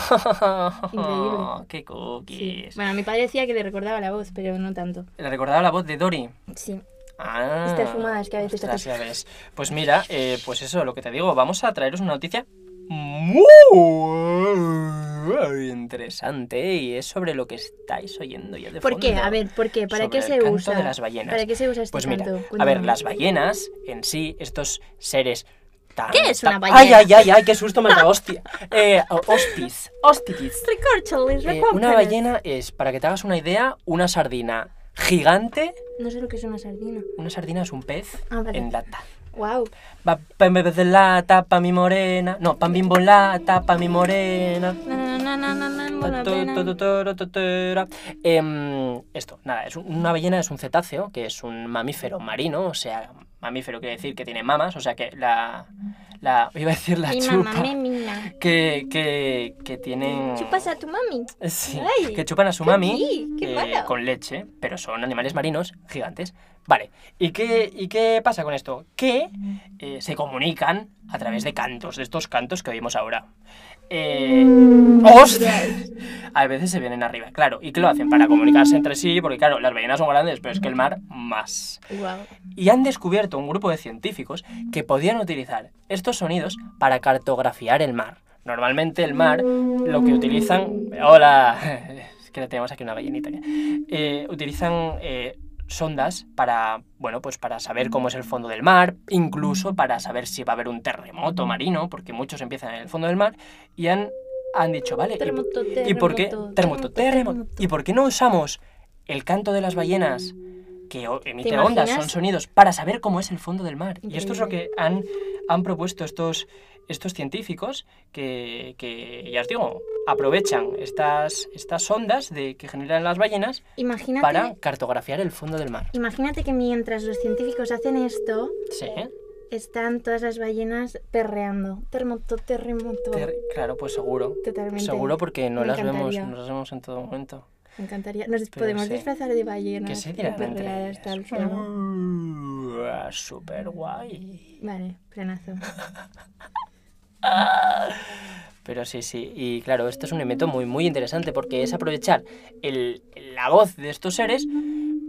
Speaker 1: Increíble.
Speaker 2: ¡Qué
Speaker 1: Sí.
Speaker 2: cookies!
Speaker 1: Bueno, mi padre decía que le recordaba la voz, pero no tanto.
Speaker 2: Le recordaba la voz de Dory.
Speaker 1: Sí.
Speaker 2: Ah,
Speaker 1: Estas fumadas que a veces
Speaker 2: ostras,
Speaker 1: haces.
Speaker 2: ya ves. Pues mira, eh, pues eso, lo que te digo, vamos a traeros una noticia muy interesante y es sobre lo que estáis oyendo ya de
Speaker 1: ¿Por qué?
Speaker 2: fondo.
Speaker 1: A ver, ¿por qué? ¿Para
Speaker 2: sobre
Speaker 1: qué
Speaker 2: el
Speaker 1: se
Speaker 2: canto
Speaker 1: usa?
Speaker 2: de las ballenas.
Speaker 1: ¿Para qué se usa este
Speaker 2: Pues mira,
Speaker 1: canto?
Speaker 2: a ver,
Speaker 1: Cuéntame.
Speaker 2: las ballenas en sí, estos seres tan...
Speaker 1: ¿Qué es
Speaker 2: tan-
Speaker 1: una ballena?
Speaker 2: ¡Ay, ay, ay! ay ¡Qué susto me da! ¡Hostia! Eh, hostis, hostitis.
Speaker 1: Recorcholis,
Speaker 2: Eh, una
Speaker 1: recórcholis.
Speaker 2: ballena es, para que te hagas una idea, una sardina gigante.
Speaker 1: No sé lo que es una sardina.
Speaker 2: Una sardina es un pez
Speaker 1: Ah, vale.
Speaker 2: en lata.
Speaker 1: Wow.
Speaker 2: Va pan bebé de lata, pa' mi morena. No, pan bimbo en lata, pa' mi morena.
Speaker 1: Na, na, na, na, na, na,
Speaker 2: Ta,
Speaker 1: buena
Speaker 2: ta,
Speaker 1: pena.
Speaker 2: ta, ta, ta, ta, ta, ra. Em, esto, nada, es un- una ballena es un cetáceo, que es un mamífero marino, o sea, mamífero quiere decir que tiene mamas, o sea que la. la iba a decir la
Speaker 1: Mi
Speaker 2: chupa.
Speaker 1: mamá me mina.
Speaker 2: Que, que, que tienen.
Speaker 1: ¿Chupas a tu mami?
Speaker 2: Sí,
Speaker 1: Ay,
Speaker 2: que chupan a su
Speaker 1: qué
Speaker 2: mami
Speaker 1: gui, qué
Speaker 2: eh,
Speaker 1: malo.
Speaker 2: con leche, pero son animales marinos gigantes. Vale, ¿y qué, y qué pasa con esto? Que eh, se comunican a través de cantos, de estos cantos que oímos ahora. Eh,
Speaker 1: Mm.
Speaker 2: ¡Ostras! A veces se vienen arriba, claro. ¿Y qué lo hacen? Para comunicarse entre sí, porque claro, las ballenas son grandes, pero es que el mar más.
Speaker 1: Wow.
Speaker 2: Y han descubierto un grupo de científicos que podían utilizar estos sonidos para cartografiar el mar. Normalmente el mar lo que utilizan... Hola, es que tenemos aquí una ballenita. Eh, utilizan eh, sondas para, bueno, pues para saber cómo es el fondo del mar, incluso para saber si va a haber un terremoto marino, porque muchos empiezan en el fondo del mar, y han, han dicho, vale, y-
Speaker 1: Terremoto,
Speaker 2: ¿Y por qué?
Speaker 1: terremoto,
Speaker 2: Terremoto, terremoto.
Speaker 1: terremoto.
Speaker 2: ¿Y por qué no usamos el canto de las ballenas que o- emite ondas,
Speaker 1: imaginas?
Speaker 2: son sonidos, para saber cómo es el fondo del mar? Y esto es lo que
Speaker 1: Increíble.
Speaker 2: han, han propuesto estos, estos científicos que, que, ya os digo, aprovechan estas, estas ondas de, que generan las ballenas
Speaker 1: Imagínate,
Speaker 2: para cartografiar el fondo del mar.
Speaker 1: imagínate que mientras los científicos hacen esto,
Speaker 2: Sí, ¿eh?
Speaker 1: están todas las ballenas perreando. Terremoto, terremoto.
Speaker 2: Ter- claro, pues seguro.
Speaker 1: Totalmente.
Speaker 2: Seguro porque no
Speaker 1: Me
Speaker 2: las vemos,
Speaker 1: encantaría.
Speaker 2: no las vemos en todo momento.
Speaker 1: Me encantaría. Nos
Speaker 2: Pero
Speaker 1: podemos
Speaker 2: sí.
Speaker 1: disfrazar de ballenas.
Speaker 2: Que se
Speaker 1: y
Speaker 2: dirán entre
Speaker 1: perrear
Speaker 2: ellas.
Speaker 1: hasta el cielo.
Speaker 2: Uh, Super guay.
Speaker 1: Vale, planazo.
Speaker 2: Pero sí, sí, y claro, esto es un invento muy, muy interesante porque es aprovechar el- la voz de estos seres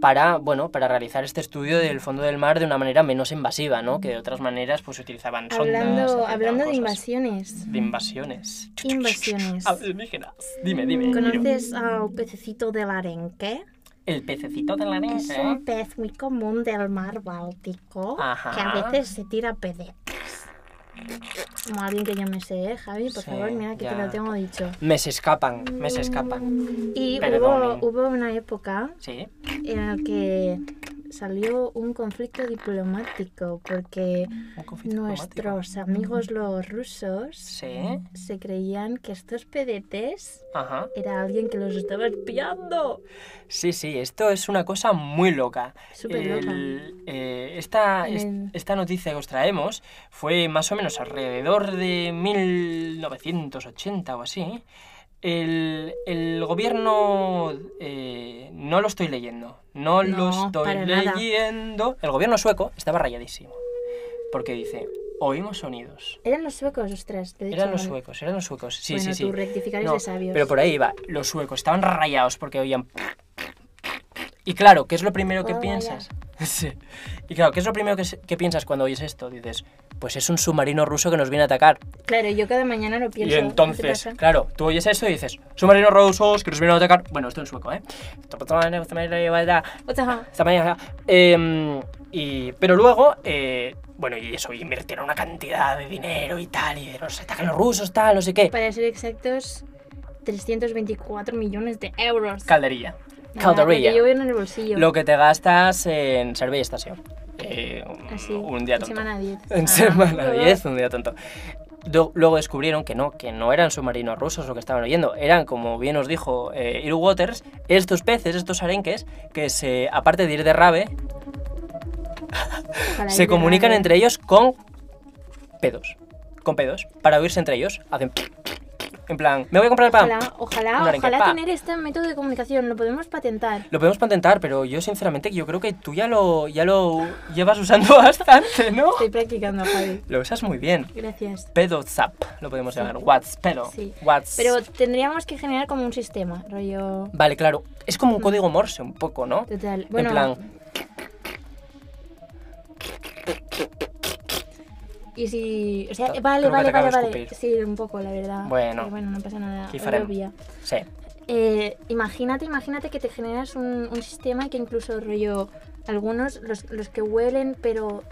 Speaker 2: para, bueno, para realizar este estudio del fondo del mar de una manera menos invasiva, ¿no? Que de otras maneras pues utilizaban sondas.
Speaker 1: hablando
Speaker 2: utilizaban
Speaker 1: hablando de
Speaker 2: cosas.
Speaker 1: invasiones.
Speaker 2: De invasiones.
Speaker 1: Invasiones.
Speaker 2: Alienígenas. Dime, dime. Miro.
Speaker 1: ¿Conoces al pececito del arenque?
Speaker 2: El pececito de la ¿eh?
Speaker 1: Es
Speaker 2: arena.
Speaker 1: un pez muy común del mar Báltico
Speaker 2: Ajá.
Speaker 1: que a veces se tira pede. Como alguien que yo me sé, ¿eh, Javi, por
Speaker 2: Sí,
Speaker 1: favor, mira que te
Speaker 2: ya.
Speaker 1: lo tengo dicho.
Speaker 2: Me se escapan, me se escapan.
Speaker 1: Y hubo,
Speaker 2: Perdone.
Speaker 1: hubo una época
Speaker 2: Sí.
Speaker 1: en la que salió un conflicto diplomático porque
Speaker 2: Un conflicto diplomático.
Speaker 1: nuestros amigos los rusos
Speaker 2: Sí.
Speaker 1: se creían que estos pedetes
Speaker 2: Ajá.
Speaker 1: era alguien que los estaba espiando.
Speaker 2: Sí, sí, esto es una cosa muy loca.
Speaker 1: Superloca.
Speaker 2: El- eh, esta,
Speaker 1: En
Speaker 2: es-
Speaker 1: el-
Speaker 2: esta noticia que os traemos fue más o menos alrededor de 1980 o así. El, el gobierno... eh, no lo estoy leyendo. No, lo
Speaker 1: No,
Speaker 2: estoy
Speaker 1: para nada.
Speaker 2: leyendo. El gobierno sueco estaba rayadísimo. Porque dice, oímos sonidos.
Speaker 1: Eran los suecos, ostras, te he dicho
Speaker 2: Eran los
Speaker 1: mal.
Speaker 2: suecos, eran los suecos. Sí,
Speaker 1: bueno,
Speaker 2: sí, sí.
Speaker 1: tú rectificar es
Speaker 2: No,
Speaker 1: de sabios.
Speaker 2: Pero por ahí iba, los suecos estaban rayados porque oían. Y claro, ¿qué es lo primero que
Speaker 1: Oh, vaya.
Speaker 2: piensas? Sí. Y claro, ¿qué es lo primero que, se- que piensas cuando oyes esto? Dices, pues es un submarino ruso que nos viene a atacar.
Speaker 1: Claro, yo cada mañana lo pienso.
Speaker 2: y
Speaker 1: ¿qué
Speaker 2: entonces,
Speaker 1: pasa?
Speaker 2: claro, tú oyes esto y dices, submarinos rusos que nos vienen a atacar. Bueno, esto en sueco, ¿eh?
Speaker 1: Otaja.
Speaker 2: Esta mañana. Em, y, pero luego, eh, bueno, y eso, y invirtieron una cantidad de dinero y tal, y de nos atacan los rusos, tal, no sé qué.
Speaker 1: Para ser exactos, 324 millones de euros.
Speaker 2: Calderilla.
Speaker 1: Nada, lo
Speaker 2: Calderilla.
Speaker 1: que yo veo en el bolsillo.
Speaker 2: Lo que te gastas en Cervell y Estación. Eh, un,
Speaker 1: Así.
Speaker 2: un día
Speaker 1: en
Speaker 2: tonto.
Speaker 1: semana Ah, 10.
Speaker 2: En semana 10, un día tonto. Do- luego descubrieron que no, que no eran submarinos rusos lo que estaban oyendo, eran, como bien os dijo eh, Earl Waters, estos peces, estos arenques, que se, aparte de ir de rave, se comunican entre ellos con pedos. Con pedos. Para oírse entre ellos, hacen... En plan, me voy a comprar pan.
Speaker 1: Ojalá, ojalá,
Speaker 2: Un arenque,
Speaker 1: ojalá
Speaker 2: pa.
Speaker 1: tener este método de comunicación, lo podemos patentar.
Speaker 2: Lo podemos patentar, pero yo sinceramente yo creo que tú ya lo, ya lo llevas usando bastante, ¿no?
Speaker 1: Estoy practicando, Javi.
Speaker 2: Lo usas muy bien.
Speaker 1: Gracias.
Speaker 2: Pedozap, lo podemos llamar. What's pedo.
Speaker 1: Sí.
Speaker 2: What's...
Speaker 1: Pero tendríamos que generar como un sistema, rollo.
Speaker 2: Vale, claro. Es como un código morse un poco, ¿no?
Speaker 1: Total. Mm. Bueno,
Speaker 2: En plan,
Speaker 1: y si. O sea,
Speaker 2: Ta-
Speaker 1: vale,
Speaker 2: creo que
Speaker 1: vale,
Speaker 2: te acabo
Speaker 1: vale,
Speaker 2: de
Speaker 1: vale.
Speaker 2: escupir.
Speaker 1: Sí, un poco, la verdad.
Speaker 2: Bueno.
Speaker 1: Pero bueno, no pasa nada.
Speaker 2: ¿qué
Speaker 1: es
Speaker 2: faremos?
Speaker 1: obvia.
Speaker 2: Sí.
Speaker 1: Eh, imagínate, imagínate que te generas un, un sistema que incluso rollo algunos, los, los que huelen, pero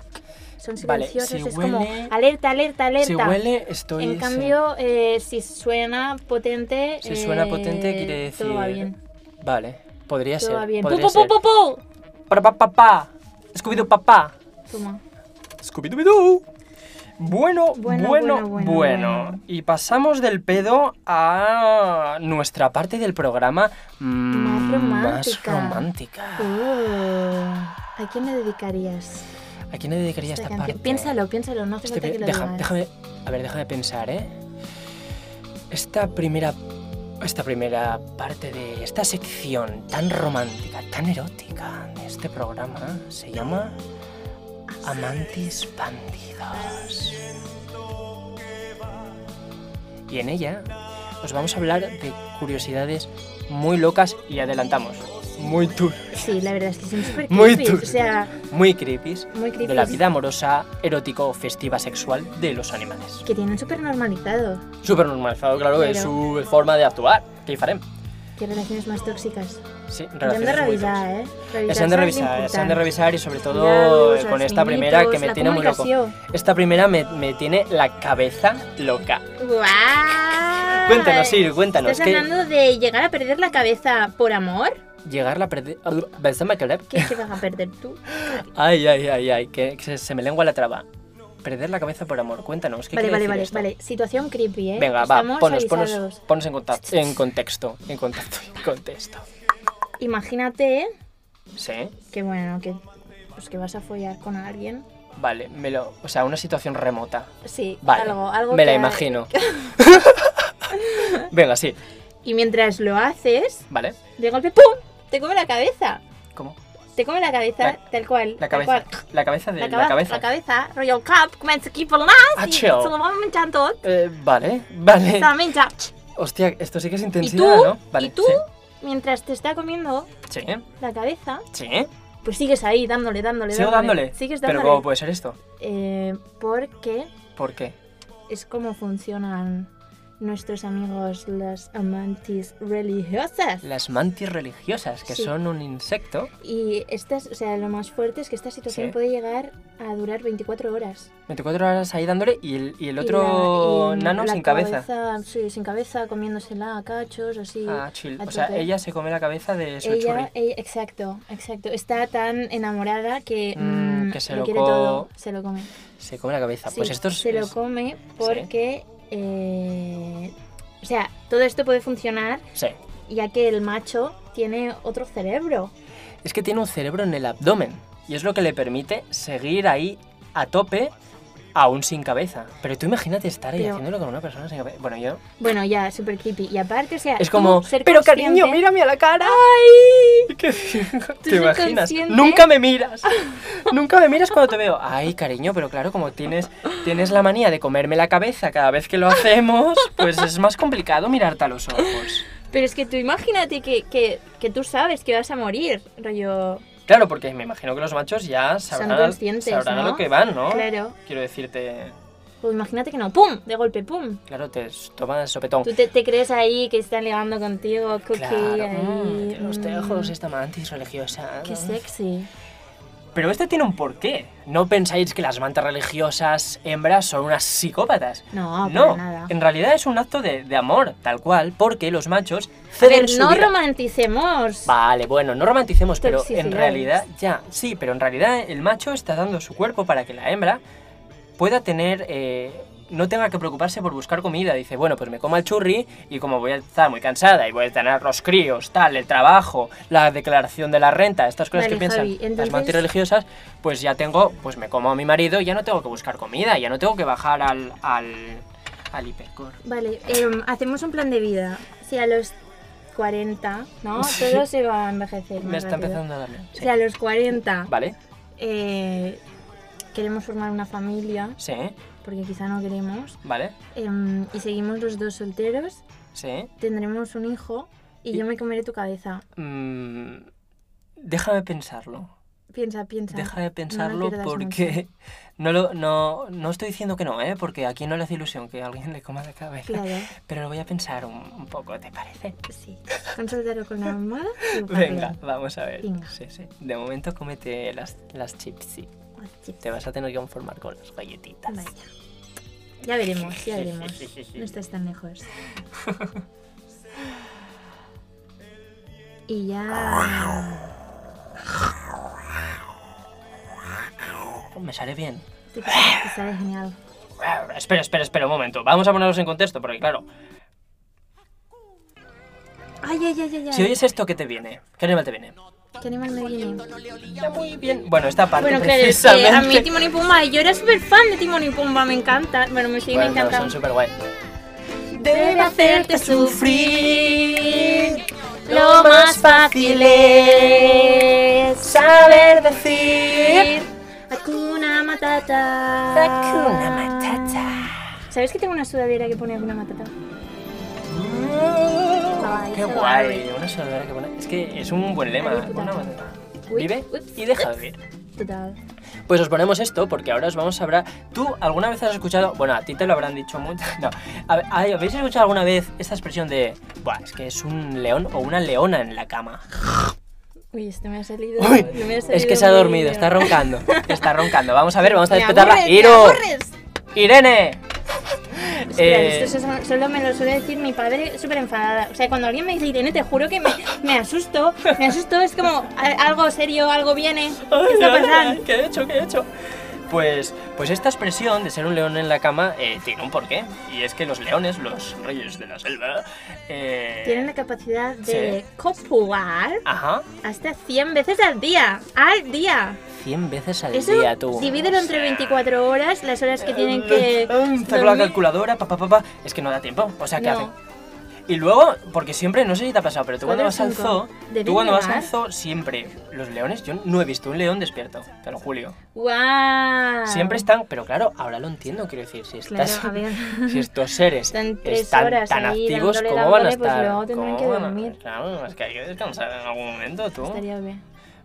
Speaker 1: son
Speaker 2: Vale,
Speaker 1: silenciosos,
Speaker 2: si
Speaker 1: es
Speaker 2: huele-
Speaker 1: como alerta, alerta, alerta.
Speaker 2: Si huele, estoy...
Speaker 1: en
Speaker 2: sí.
Speaker 1: cambio, eh, si suena potente,
Speaker 2: Si suena
Speaker 1: eh,
Speaker 2: potente, quiere decir...
Speaker 1: todo va bien,
Speaker 2: Vale. Podría
Speaker 1: todo
Speaker 2: ser.
Speaker 1: va bien.
Speaker 2: Podría
Speaker 1: ¡Pu, pu,
Speaker 2: ser.
Speaker 1: pu, pu, pu!
Speaker 2: Para pa, pa, pa. Scooby-Doo, papá.
Speaker 1: Toma.
Speaker 2: Scooby-Doo. Bueno,
Speaker 1: Bueno,
Speaker 2: bueno, bueno,
Speaker 1: bueno,
Speaker 2: bueno,
Speaker 1: bueno, bueno.
Speaker 2: Y pasamos del pedo a nuestra parte del programa mm, más
Speaker 1: romántica.
Speaker 2: romántica. Ah.
Speaker 1: Uh, ¿A quién le dedicarías
Speaker 2: ¿A quién le dedicaría
Speaker 1: esta
Speaker 2: esta,
Speaker 1: canción?
Speaker 2: parte?
Speaker 1: Este Piénsalo, piénsalo, no hace
Speaker 2: Este
Speaker 1: falta
Speaker 2: pe-
Speaker 1: que lo
Speaker 2: deja-
Speaker 1: digas.
Speaker 2: déjame, a ver, déjame pensar, ¿eh? Esta primera, esta primera parte de esta sección tan romántica, tan erótica de este programa se llama Amantes Bandidos. Y en ella os vamos a hablar de curiosidades muy locas y adelantamos, muy tur,
Speaker 1: Sí, la verdad es que son súper
Speaker 2: Muy
Speaker 1: creepy,
Speaker 2: turbio.
Speaker 1: O sea,
Speaker 2: muy creepy
Speaker 1: muy creepy.
Speaker 2: de la vida amorosa, erótico, festiva, sexual de los animales.
Speaker 1: Que tienen súper normalizado.
Speaker 2: Súper normalizado, claro, es su forma de actuar. ¿Qué farem?
Speaker 1: ¿Qué relaciones más tóxicas?
Speaker 2: Sí,
Speaker 1: Se han de
Speaker 2: relaciones muy
Speaker 1: revisar, ¿eh?
Speaker 2: tóxicas.
Speaker 1: Revisar,
Speaker 2: Se han de
Speaker 1: son
Speaker 2: revisar, se han de
Speaker 1: importantes.
Speaker 2: revisar y sobre todo
Speaker 1: Cuidados,
Speaker 2: eh,
Speaker 1: los
Speaker 2: con esta primera que
Speaker 1: mimitos,
Speaker 2: me
Speaker 1: la
Speaker 2: tiene muy loco.
Speaker 1: comunicación.
Speaker 2: Esta primera me, me tiene la cabeza loca.
Speaker 1: ¡Guau!
Speaker 2: Cuéntanos, Siri, cuéntanos.
Speaker 1: ¿Estás
Speaker 2: ¿qué-
Speaker 1: hablando de llegar a perder la cabeza por amor?
Speaker 2: Llegar la perder... uh, Bésame, Caleb.
Speaker 1: ¿Qué te vas a perder tú?
Speaker 2: Ay, ay, ay, ay, que que se, se me lengua la traba. Perder la cabeza por amor, cuéntanos. ¿qué
Speaker 1: Vale,
Speaker 2: quiere
Speaker 1: vale,
Speaker 2: decir
Speaker 1: vale,
Speaker 2: esto?
Speaker 1: vale. Situación creepy, ¿eh?
Speaker 2: Venga, va,
Speaker 1: Estamos
Speaker 2: ponos, ponos,
Speaker 1: avisados.
Speaker 2: ponos en, contacto, en contexto. En contacto, en contexto.
Speaker 1: Imagínate
Speaker 2: Sí,
Speaker 1: que, bueno, que, pues que vas a follar con alguien.
Speaker 2: vale, me lo. O sea, una situación remota.
Speaker 1: Sí,
Speaker 2: Vale,
Speaker 1: algo, algo
Speaker 2: me la
Speaker 1: que-
Speaker 2: imagino. Venga, sí,
Speaker 1: Y mientras lo haces,
Speaker 2: vale.
Speaker 1: de golpe, ¡pum! Te come la cabeza.
Speaker 2: ¿Cómo?
Speaker 1: Te come la cabeza,
Speaker 2: La-
Speaker 1: tal cual. tal
Speaker 2: La cabeza.
Speaker 1: cual.
Speaker 2: La cabeza de
Speaker 1: La,
Speaker 2: la,
Speaker 1: caba-
Speaker 2: cabeza.
Speaker 1: la cabeza, rollo cap, comença aquí por la
Speaker 2: Ah,
Speaker 1: nas y se
Speaker 2: chill.
Speaker 1: lo vam menjant tot.
Speaker 2: Eh, vale, vale.
Speaker 1: Se la menja.
Speaker 2: Hostia, esto sí que es intensidad,
Speaker 1: tú?
Speaker 2: ¿no? Vale,
Speaker 1: ¿Y tú? Mientras te está comiendo
Speaker 2: Sí,
Speaker 1: la cabeza,
Speaker 2: sí. sí.
Speaker 1: pues sigues ahí dándole, dándole,
Speaker 2: Sigo dándole.
Speaker 1: Sigues
Speaker 2: Pero
Speaker 1: dándole.
Speaker 2: ¿cómo puede ser esto?
Speaker 1: Eh, porque
Speaker 2: ¿Por qué?
Speaker 1: es como funcionan nuestros amigos las amantes religiosas.
Speaker 2: Las mantis religiosas, que
Speaker 1: Sí.
Speaker 2: son un insecto.
Speaker 1: Y estas, o sea, lo más fuerte es que esta situación
Speaker 2: Sí.
Speaker 1: puede llegar a durar 24 horas.
Speaker 2: 24 horas ahí dándole y el, y el
Speaker 1: Y
Speaker 2: otro
Speaker 1: la- y
Speaker 2: nano
Speaker 1: la
Speaker 2: sin cabeza.
Speaker 1: Sí, sin cabeza, comiéndosela a cachos, así.
Speaker 2: Ah, chill.
Speaker 1: a
Speaker 2: O sea,
Speaker 1: tope.
Speaker 2: ella se come la cabeza de su
Speaker 1: Ella, ella- exacto, exacto. Está tan enamorada que,
Speaker 2: Mm,
Speaker 1: mm,
Speaker 2: que se
Speaker 1: lo,
Speaker 2: lo
Speaker 1: quiere
Speaker 2: co-
Speaker 1: todo. Se lo come.
Speaker 2: Se come la cabeza. pues
Speaker 1: Sí,
Speaker 2: esto es,
Speaker 1: se lo
Speaker 2: es-
Speaker 1: come porque. eh, o sea, todo esto puede funcionar
Speaker 2: Sí.
Speaker 1: ya que el macho tiene otro cerebro.
Speaker 2: Es que tiene un cerebro en el abdomen y es lo que le permite seguir ahí a tope aún sin cabeza. Pero tú imagínate estar ahí
Speaker 1: Pero-
Speaker 2: haciéndolo con una persona sin cabeza. Bueno, yo...
Speaker 1: Bueno, ya, súper creepy. Y aparte, o sea.
Speaker 2: Es
Speaker 1: tú
Speaker 2: como...
Speaker 1: ser
Speaker 2: Pero
Speaker 1: consciente-
Speaker 2: cariño, mírame a la cara. ¡Ay! ¿Qué, ¿Te
Speaker 1: ser
Speaker 2: imaginas?
Speaker 1: consciente-
Speaker 2: Nunca me miras. Nunca me miras cuando te veo. Ay, cariño, pero claro, como tienes, tienes la manía de comerme la cabeza cada vez que lo hacemos, pues es más complicado mirarte a los ojos.
Speaker 1: Pero es que tú imagínate que, que, que tú sabes que vas a morir. Rollo.
Speaker 2: Claro, porque me imagino que los machos ya
Speaker 1: Son
Speaker 2: sabrán,
Speaker 1: conscientes,
Speaker 2: sabrán a
Speaker 1: ¿no?
Speaker 2: lo que van, ¿no?
Speaker 1: Claro.
Speaker 2: Quiero decirte,
Speaker 1: O imagínate que no, ¡pum! De golpe, ¡pum!
Speaker 2: claro, te s- toman el sopetón.
Speaker 1: Tú te, te crees ahí que están ligando contigo, cookie,
Speaker 2: Claro,
Speaker 1: ahí,
Speaker 2: mm, los
Speaker 1: mm,
Speaker 2: tejos, esta mantis religiosa.
Speaker 1: Qué
Speaker 2: ¿no?
Speaker 1: sexy.
Speaker 2: Pero este tiene un porqué. No pensáis que las mantas religiosas hembras son unas psicópatas.
Speaker 1: No, para
Speaker 2: No,
Speaker 1: nada.
Speaker 2: en realidad es un acto de, de amor, tal cual, porque los machos ceden
Speaker 1: Pero
Speaker 2: su
Speaker 1: no
Speaker 2: vida.
Speaker 1: romanticemos.
Speaker 2: Vale, bueno, no romanticemos, pero en
Speaker 1: Toxicidades.
Speaker 2: realidad, ya, sí, pero en realidad el macho está dando su cuerpo para que la hembra pueda tener, eh, no tenga que preocuparse por buscar comida. Dice, bueno, pues me como el churri y como voy a estar muy cansada y voy a tener los críos, tal, el trabajo, la declaración de la renta, estas cosas
Speaker 1: Vale,
Speaker 2: que piensan
Speaker 1: Javi,
Speaker 2: las
Speaker 1: entonces-
Speaker 2: mantis religiosas, pues ya tengo, pues me como a mi marido y ya no tengo que buscar comida, ya no tengo que bajar al, al, al hipercor.
Speaker 1: Vale, em, hacemos un plan de vida. Si a los 40, ¿no?
Speaker 2: Sí.
Speaker 1: Todo se va a envejecer.
Speaker 2: Me
Speaker 1: más
Speaker 2: está
Speaker 1: rápido.
Speaker 2: empezando a dar... sí.
Speaker 1: Si a los 40
Speaker 2: Vale,
Speaker 1: eh, queremos formar una familia,
Speaker 2: sí,
Speaker 1: porque quizá no queremos,
Speaker 2: vale,
Speaker 1: em, y seguimos los dos solteros,
Speaker 2: sí.
Speaker 1: tendremos un hijo y
Speaker 2: Y-
Speaker 1: yo me comeré tu cabeza.
Speaker 2: Mm, déjame pensarlo.
Speaker 1: Piensa, piensa.
Speaker 2: Deja de pensarlo
Speaker 1: pierdas
Speaker 2: porque no, lo, no, no estoy diciendo que no, ¿eh? porque aquí no le hace ilusión que alguien le coma la cabeza.
Speaker 1: Claro,
Speaker 2: Pero lo voy a pensar un, un poco, ¿te parece?
Speaker 1: sí. Consultarlo con la mamá. y un
Speaker 2: Venga,
Speaker 1: papel.
Speaker 2: vamos a ver.
Speaker 1: Venga.
Speaker 2: Sí, sí. De momento cómete las, las chips, y
Speaker 1: Ay, sí.
Speaker 2: Te vas a tener que conformar con las galletitas.
Speaker 1: Vaya. Ya veremos, ya veremos. No estás tan lejos. Y ya.
Speaker 2: Me sale bien.
Speaker 1: Te, te sale genial.
Speaker 2: Espera, espera, espera un momento. Vamos a ponerlos en contexto porque, claro,
Speaker 1: Ay, ay, ay, ay. ay.
Speaker 2: si oyes esto, ¿qué te viene? ¿Qué animal te viene?
Speaker 1: ¿Qué animal me viene?
Speaker 2: Muy bien. Bueno, esta parte
Speaker 1: Bueno, claro, es que
Speaker 2: precisamente...
Speaker 1: a mí Timón y Pumba, yo era súper fan de Timón y Pumba, me encanta. Bueno, me siguen
Speaker 2: Bueno, son
Speaker 1: encantando.
Speaker 2: súper guay.
Speaker 1: Debe hacerte sufrir. Lo más fácil es
Speaker 2: saber decir.
Speaker 1: Eh, Hakuna Matata.
Speaker 2: Hakuna Matata.
Speaker 1: ¿Sabes que tengo una sudadera que pone Hakuna Matata? Ay,
Speaker 2: Qué
Speaker 1: qué
Speaker 2: guay,
Speaker 1: guay.
Speaker 2: una soledad que pone. Es que es un buen lema.
Speaker 1: Ay, puta.
Speaker 2: Hakuna Matata.
Speaker 1: Uy,
Speaker 2: Vive
Speaker 1: ups,
Speaker 2: y deja
Speaker 1: ups.
Speaker 2: vivir.
Speaker 1: Total.
Speaker 2: Pues os ponemos esto porque ahora os vamos a hablar. ¿Tú alguna vez has escuchado? Bueno, a ti te lo habrán dicho mucho. No. A- a- ¿Habéis escuchado alguna vez esta expresión de. Buah, es que es un león o una leona en la cama?
Speaker 1: Uy, este me ha salido.
Speaker 2: Uy,
Speaker 1: no me ha
Speaker 2: es
Speaker 1: salido
Speaker 2: que se ha
Speaker 1: muy
Speaker 2: dormido,
Speaker 1: bien.
Speaker 2: está roncando. Está roncando. Vamos a ver, vamos a
Speaker 1: Me
Speaker 2: despertarla.
Speaker 1: aburres, me
Speaker 2: ¡Iro!
Speaker 1: aburres.
Speaker 2: ¡Irene!
Speaker 1: Espera,
Speaker 2: Eh,
Speaker 1: esto so- solo me lo suele decir mi padre súper enfadada. O sea, cuando alguien me dice Irene, te juro que me, me asusto. Me asusto, es como a- algo serio, algo viene. ¿Qué está
Speaker 2: Ay, ay,
Speaker 1: pasando?
Speaker 2: ay, ¿Qué he hecho? ¿Qué he hecho? Pues, pues esta expresión de ser un león en la cama eh, tiene un porqué. Y es que los leones, los reyes de la selva. eh,
Speaker 1: Tienen la capacidad de copular
Speaker 2: Ajá,
Speaker 1: hasta 100 veces al día. ¡Al día!
Speaker 2: 100 veces al
Speaker 1: Eso
Speaker 2: día tú.
Speaker 1: divídelo entre 24 horas, las horas que tienen
Speaker 2: Eh,
Speaker 1: que.
Speaker 2: Hacer la
Speaker 1: dormir.
Speaker 2: calculadora, papá, papá. Es que no da tiempo. O sea, ¿qué
Speaker 1: No.
Speaker 2: hace? Y luego, porque siempre, no sé si te ha pasado, pero tú cuando
Speaker 1: Cuatro,
Speaker 2: vas al
Speaker 1: cinco.
Speaker 2: zoo, tú
Speaker 1: Deben
Speaker 2: cuando vas
Speaker 1: llevar.
Speaker 2: al zoo, siempre, los leones, yo no he visto un león despierto, te lo julio.
Speaker 1: ¡Guau!
Speaker 2: Siempre están, pero claro, ahora lo entiendo, quiero decir, si
Speaker 1: Ah. Claro,
Speaker 2: estás,
Speaker 1: a ver.
Speaker 2: si estos seres
Speaker 1: Están tres
Speaker 2: están
Speaker 1: horas
Speaker 2: tan
Speaker 1: ahí
Speaker 2: activos,
Speaker 1: dándole,
Speaker 2: ¿cómo van a
Speaker 1: dándole? Pues
Speaker 2: estar?
Speaker 1: luego tendrán
Speaker 2: ¿Cómo
Speaker 1: que
Speaker 2: van a-
Speaker 1: dormir.
Speaker 2: Claro, es que hay que descansar en algún momento, tú.
Speaker 1: Estaría bien.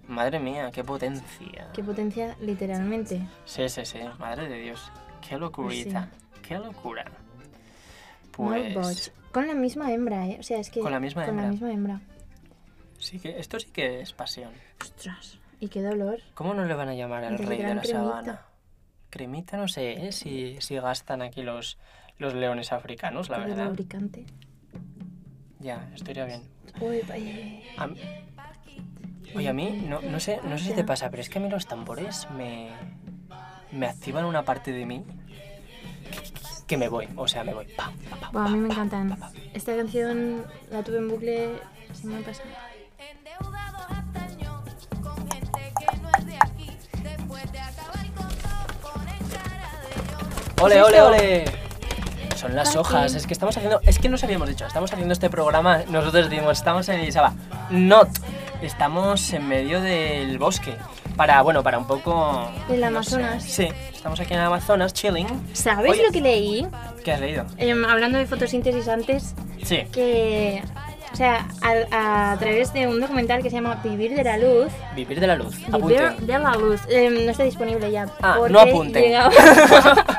Speaker 2: Madre mía, qué potencia.
Speaker 1: Qué potencia, literalmente.
Speaker 2: Sí, sí, sí, madre de Dios. Qué locurita, qué locura.
Speaker 1: Muy
Speaker 2: Pues...
Speaker 1: botch. Con la misma hembra, ¿eh? O sea, es que.
Speaker 2: Con la misma
Speaker 1: con la
Speaker 2: hembra.
Speaker 1: misma hembra.
Speaker 2: Sí que, esto sí que es pasión.
Speaker 1: Ostras. Y qué dolor.
Speaker 2: ¿Cómo no le van a llamar al
Speaker 1: Del
Speaker 2: rey de
Speaker 1: gran
Speaker 2: la
Speaker 1: cremita.
Speaker 2: sabana? Cremita, no sé, ¿eh? si, si gastan aquí los, los leones africanos, la
Speaker 1: qué
Speaker 2: verdad.
Speaker 1: lubricante.
Speaker 2: Ya, esto iría bien.
Speaker 1: Uy, vaya.
Speaker 2: A mí- Oye, a mí, no, no sé, no sé si te pasa, pero es que a mí los tambores me, me activan una parte de mí que me voy, o sea, me voy. pa, pa, pa,
Speaker 1: Buah, a
Speaker 2: pa,
Speaker 1: mí me
Speaker 2: pa,
Speaker 1: encantan.
Speaker 2: pa, pa.
Speaker 1: Esta canción la tuve en bucle semana pasada.
Speaker 4: Endeudado hasta el ño, con gente que no es de aquí. Después de acabar con todo, ponen cara de lloro.
Speaker 2: ¡Ole,
Speaker 1: es
Speaker 2: ole,
Speaker 1: esto?
Speaker 2: ole! Son las
Speaker 1: Parking.
Speaker 2: hojas, es que estamos haciendo, es que nos habíamos dicho, estamos haciendo este programa, nosotros decimos, estamos en Elisaba, not, estamos en medio del bosque, para, bueno, para un poco...
Speaker 1: En el
Speaker 2: no sé,
Speaker 1: Amazonas.
Speaker 2: Sí, estamos aquí en el Amazonas, chilling.
Speaker 1: ¿Sabes
Speaker 2: Oye.
Speaker 1: lo que leí?
Speaker 2: ¿Qué has leído?
Speaker 1: Em, hablando de fotosíntesis antes,
Speaker 2: Sí,
Speaker 1: que O sea, a, a través de un documental que se llama Vivir de la Luz.
Speaker 2: Vivir de la luz.
Speaker 1: Vivir
Speaker 2: Apunten.
Speaker 1: de la Luz. eh, no está disponible ya.
Speaker 2: Ah,
Speaker 1: porque
Speaker 2: no apunten.
Speaker 1: Llegaba,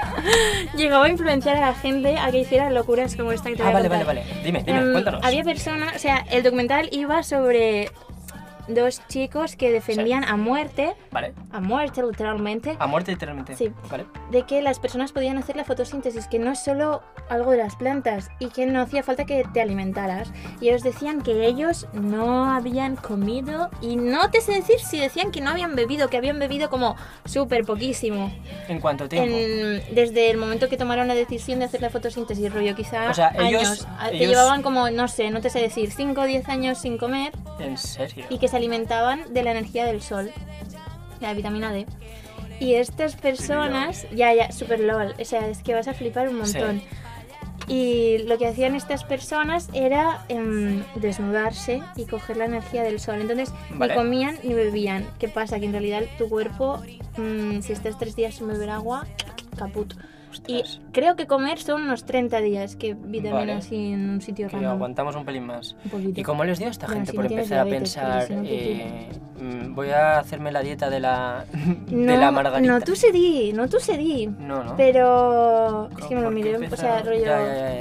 Speaker 1: llegaba a influenciar a la gente a que hiciera locuras como esta que te voy
Speaker 2: Ah,
Speaker 1: a
Speaker 2: vale, vale,
Speaker 1: contar.
Speaker 2: vale. Dime, dime,
Speaker 1: Em,
Speaker 2: cuéntanos.
Speaker 1: Había personas, o sea, el documental iba sobre dos chicos que defendían a muerte,
Speaker 2: Vale.
Speaker 1: a muerte literalmente,
Speaker 2: A muerte literalmente.
Speaker 1: Sí.
Speaker 2: Vale.
Speaker 1: de que las personas podían hacer la fotosíntesis, que no es solo algo de las plantas y que no hacía falta que te alimentaras. Y ellos decían que ellos no habían comido y no te sé decir si decían que no habían bebido, que habían bebido como súper poquísimo.
Speaker 2: ¿En cuánto tiempo?
Speaker 1: En- desde el momento que tomaron la decisión de hacer la fotosíntesis, rollo, quizá
Speaker 2: O sea, ellos-
Speaker 1: años. a- Que
Speaker 2: ellos-
Speaker 1: llevaban como, no sé, no te sé decir, 5 o 10 años sin comer
Speaker 2: ¿En serio?
Speaker 1: y que se alimentaban de la energía del sol, de la vitamina D. Y estas personas, ya, ya, super lol, o sea, es que vas a flipar un
Speaker 2: Sí.
Speaker 1: montón. Y lo que hacían estas personas era em, desnudarse y coger la energía del sol. Entonces,
Speaker 2: Vale.
Speaker 1: ni comían ni bebían. ¿Qué pasa? Que en realidad tu cuerpo, mm, si estás tres días sin beber agua, caput. Y
Speaker 2: Ostras,
Speaker 1: creo que comer son unos 30 días que vitamina
Speaker 2: Vale.
Speaker 1: así en un sitio
Speaker 2: que
Speaker 1: raro.
Speaker 2: aguantamos un pelín más.
Speaker 1: Un poquito.
Speaker 2: ¿Y cómo les dio a esta
Speaker 1: Bueno,
Speaker 2: gente
Speaker 1: Ah, si
Speaker 2: por
Speaker 1: no tienes
Speaker 2: empezar a
Speaker 1: diabetes, porque
Speaker 2: pensar,
Speaker 1: si no te
Speaker 2: eh, mm, voy a hacerme la dieta de la,
Speaker 1: No,
Speaker 2: de la margarita?
Speaker 1: No, tú se di, no tú se di.
Speaker 2: No, no.
Speaker 1: Pero es que me lo
Speaker 2: ¿Por qué
Speaker 1: miré, o sea,
Speaker 2: empezaron?
Speaker 1: rollo...
Speaker 2: Ya, ya, ya,